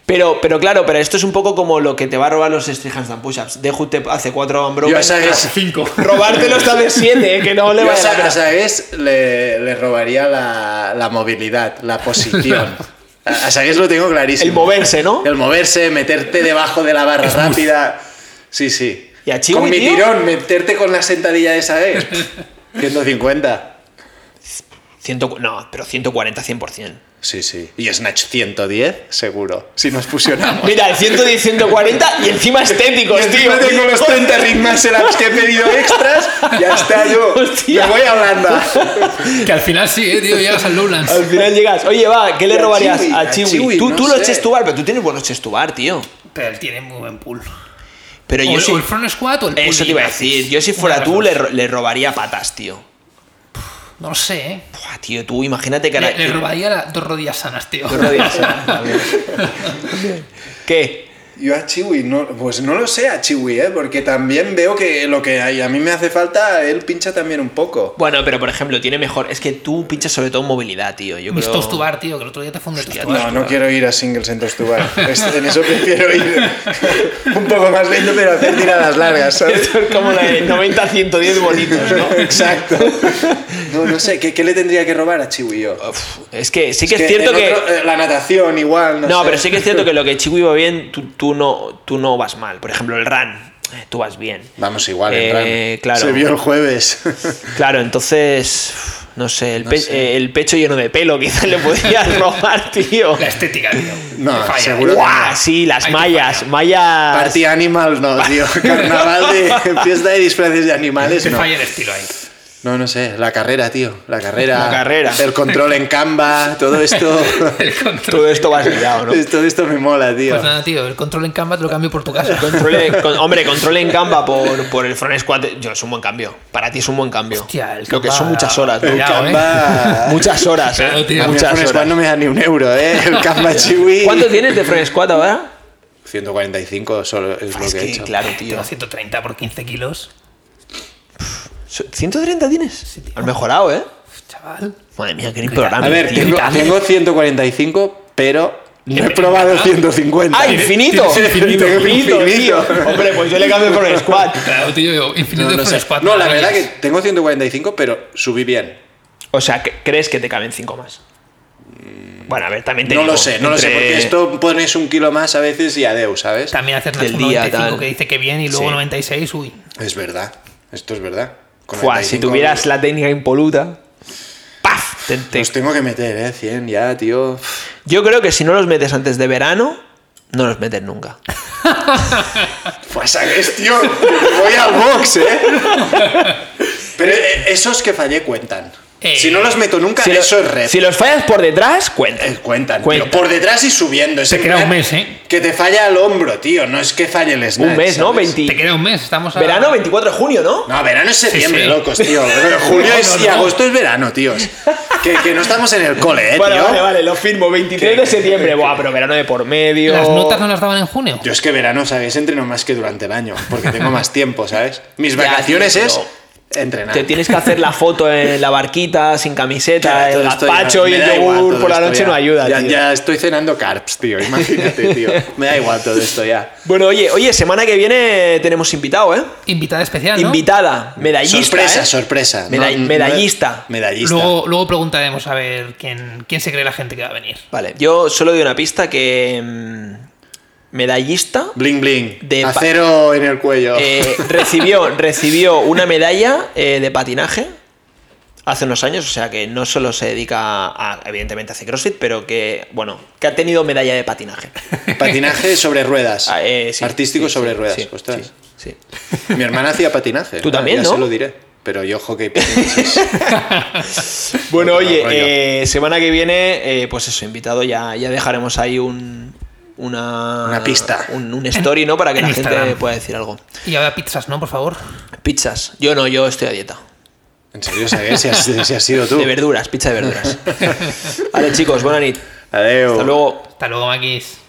S1: Pero, pero claro, pero esto es un poco como lo que te va a robar los Street Handstand Push-Ups. Deju te hace cuatro
S3: Yo a
S1: hombros.
S3: Sagues,
S2: 5.
S1: Robártelo está de 7, que no le
S3: yo
S1: va
S3: a Sa- a
S1: a
S3: Sagues le, le robaría la, la movilidad, la posición. A a Sagues lo tengo clarísimo.
S1: El moverse, ¿no?
S3: El moverse, meterte debajo de la barra rápida. Sí, sí.
S1: ¿Y a Chiwi,
S3: con mi
S1: tío?
S3: tirón, meterte con la sentadilla ¿eh? de Sagues. 150.
S1: 100 No, pero 140, 100%.
S3: Sí, sí. Y Snatch 110, seguro. Si nos fusionamos.
S1: Mira, el 110, 140 y encima estéticos,
S3: Y
S1: tío.
S3: encima tengo los 30 ritmas setups que he pedido extras. Ya está yo.
S1: Hostia.
S3: Me voy a Holanda.
S2: Que al final sí, eh, tío, llegas al Lowlands.
S1: Al final llegas, oye, va, ¿qué
S3: Y
S1: le
S3: a
S1: robarías
S3: Chiwi,
S1: a
S3: a
S1: Chiwi?
S3: Chiwi,
S1: tú
S3: no
S1: tú los
S3: sé.
S1: chestubar, pero tú tienes buenos chestubar, tío.
S2: Pero él tiene muy buen pool. O,
S1: Pero yo
S2: el-
S1: sí.
S2: o el front squat o el pool.
S1: Eso te iba a
S2: gimnastics.
S1: decir. Yo si
S2: Una
S1: fuera
S2: de las
S1: tú le,
S2: dos.
S1: ro- le robaría patas, tío.
S2: No lo sé, eh.
S1: Buah, tío, tú imagínate que... ahora-
S2: Le, le robaría las dos rodillas sanas, tío.
S1: Yo robaría esa, también. ¿Qué?
S3: Yo a Chiwi, no, pues no lo sé a Chiwi, ¿eh? porque también veo que lo que hay, a mí me hace falta, él pincha también un poco.
S1: Bueno, pero por ejemplo, tiene mejor... Es que tú pinchas sobre todo en movilidad, tío. Yo
S2: Mis
S1: creo-
S2: toast to bar, tío, que el otro día te fundé toast to bar.
S3: No, no quiero ir a singles en Tostubar. En eso prefiero ir un poco más lento, pero hacer tiradas largas, ¿sabes?
S1: Esto es como la de 90-110 bonitos, ¿no?
S3: Exacto. No, no sé, ¿qué, qué le tendría que robar a Chiwi yo?
S1: Uf, es que sí que es,
S3: que
S1: cierto
S3: en
S1: que...
S3: otro, eh, la natación igual, no,
S1: no,
S3: sé.
S1: pero sí que es cierto que lo que Chiwi va bien, tú, tú no, tú no vas mal. Por ejemplo, el run, eh, tú vas bien.
S3: Vamos igual,
S1: Eh,
S3: en plan.
S1: claro.
S3: Se vio el jueves.
S1: Claro, entonces... uf, No sé, el, pe- eh, el pecho lleno de pelo, quizás le podrías robar, tío.
S2: La estética, tío.
S3: No,
S2: Me
S3: seguro
S2: ¿eh?
S3: que
S1: ¡Guau! Sí, las
S2: Ahí te
S1: mallas,
S2: falla.
S1: mallas.
S3: Party Animal no, tío. Carnaval de fiesta de disfraces de animales
S2: Se
S3: no.
S2: falla el estilo ahí.
S3: No, no sé. La carrera, tío. La carrera.
S1: La carrera.
S3: El control en Canva. Todo esto.
S2: El control.
S1: Todo esto va liado, ¿no?
S3: Todo esto me mola, tío.
S2: Pues nada, tío, el control en Canva te lo cambio por tu casa.
S1: Controle- con- hombre, control en Canva por, por el Front Squad. Yo, es un buen cambio. Para ti es un buen cambio.
S2: Hostia, el
S1: Lo que
S2: Canva-
S1: son muchas horas, ¿no?
S3: el
S2: Cuidado,
S3: Canva.
S1: Muchas horas, ¿eh?
S2: Claro, tío.
S3: A mí el
S1: Muchas
S3: Forest One
S1: horas.
S3: no me da ni un euro, ¿eh? El Canva Chiwi.
S1: ¿Cuánto tienes de Front Squad ahora?
S3: 145 solo es lo
S1: Pues Es
S3: que he
S1: que,
S3: hecho.
S1: claro, tío.
S2: Tengo 130 por 15 kilos.
S1: ¿130 tienes? Has mejorado, ¿eh?
S2: Chaval.
S1: Madre mía, qué programa.
S3: A ver,
S1: tío.
S3: tengo, tengo 145, pero no
S1: Eh,
S3: he probado el 150.
S1: ¡Ah, infinito!
S3: Tengo infinito.
S1: Hombre, pues yo le cambio por el squad.
S2: Claro, tío, yo infinito
S3: No, no
S2: de
S3: sé.
S2: Forest Squad,
S3: No, la
S2: maravillas.
S3: verdad que tengo 145, pero subí bien.
S1: O sea, que- ¿crees que te caben 5 más? Bueno, a ver, también te
S3: Mm, No
S1: digo,
S3: lo sé, no lo sé,
S1: entre-
S3: porque esto pones un kilo más a veces y adeu, ¿sabes?
S2: También hacer
S1: Del
S2: Nacho
S1: día,
S2: 95
S1: tal.
S2: que dice que bien y luego
S1: Sí.
S2: 96, uy.
S3: Es verdad, esto es verdad. Con
S1: Fua, si
S3: 95
S1: tuvieras la técnica impoluta. ¡Paf! Te- te-
S3: Los tengo que meter, ¿eh? 100 ya, tío.
S1: Yo creo que si no los metes antes de verano, no los metes nunca.
S3: Pues sabes, tío, Me voy al box, ¿eh? Pero eh, esos que fallé cuentan.
S2: Eh,
S3: si no los meto nunca,
S1: Si, lo-
S3: eso es red.
S1: si los fallas por detrás, cuenta.
S3: Eh, cuentan,
S1: Cuenta.
S3: pero por detrás y subiendo. Es
S2: Te
S3: en
S2: queda un
S3: plan
S2: mes, ¿eh?
S3: Que te falla el hombro, tío. No es que falle el snatch.
S1: Un mes, ¿no?
S3: ¿sabes?
S1: 20
S2: Te queda un mes, estamos a...
S1: Verano, 24 de junio, ¿no?
S3: No, verano es septiembre,
S2: sí.
S3: locos, tío. Pero Julio
S2: No,
S3: es-
S2: no,
S3: y
S2: no.
S3: agosto es verano, tíos. Que, que no estamos en el cole, ¿eh, tío?
S1: vale, lo firmo. 23 de septiembre. Buah, pero verano de por medio.
S2: ¿Las notas no las daban en junio?
S3: Yo es que verano, ¿sabes? Entreno más que durante el año, porque tengo más tiempo, ¿sabes? Mis
S1: Ya,
S3: vacaciones
S1: tío,
S3: es
S1: pero-
S3: entrenar.
S1: Te tienes que hacer la foto en la barquita, sin camiseta,
S3: Ya, todo
S1: el
S3: esto
S1: gazpacho
S3: ya-
S1: y
S3: me
S1: el
S3: da igual
S1: yogur
S3: todo
S1: por la
S3: esto
S1: noche
S3: ya.
S1: no ayuda,
S3: Ya,
S1: tío.
S3: ya estoy cenando carbs, tío. Imagínate, tío. Me da igual todo esto ya.
S1: Bueno, oye, oye, semana que viene tenemos invitado, ¿eh?
S2: Invitada especial, Ah, ¿no?
S1: Invitada, medallista.
S3: sorpresa,
S1: ¿eh?
S3: sorpresa.
S1: Meda-
S3: No, no-
S1: medallista.
S3: medallista.
S2: Luego, luego preguntaremos a ver quién, quién se cree la gente que va a venir.
S1: Vale, yo solo doy una pista que. mm, medallista.
S3: Bling bling.
S1: De pa-
S3: Acero en el cuello.
S1: eh, recibió, recibió una medalla eh, de patinaje hace unos años, o sea que no solo se dedica a, evidentemente hace CrossFit, pero que, bueno, que ha tenido medalla de patinaje.
S3: Patinaje sobre ruedas.
S1: Ah, eh, sí,
S3: Artístico
S1: sí,
S3: sobre
S1: sí,
S3: ruedas.
S1: sí,
S3: Ostras.
S1: sí, sí.
S3: Mi hermana hacía patinaje.
S1: Tú
S3: Ah,
S1: también,
S3: ya
S1: ¿no?
S3: se lo diré. Pero yo hockey patinaje.
S1: Bueno,
S3: Otro
S1: oye,
S3: rollo.
S1: eh, semana que viene, eh, pues eso, invitado, ya, ya dejaremos ahí un, una,
S3: Una pista.
S1: Un, un story, ¿no? Para que
S2: En
S1: la gente
S2: Instagram.
S1: pueda decir algo.
S2: Y ahora pizzas, ¿no? Por favor.
S1: Pizzas. Yo no, yo estoy a dieta.
S3: En serio, ¿sabes? Si has, si has sido tú.
S1: De verduras, pizza de verduras. vale, chicos, buena nit.
S3: Adeu.
S1: Hasta luego.
S2: Hasta luego, Maquis.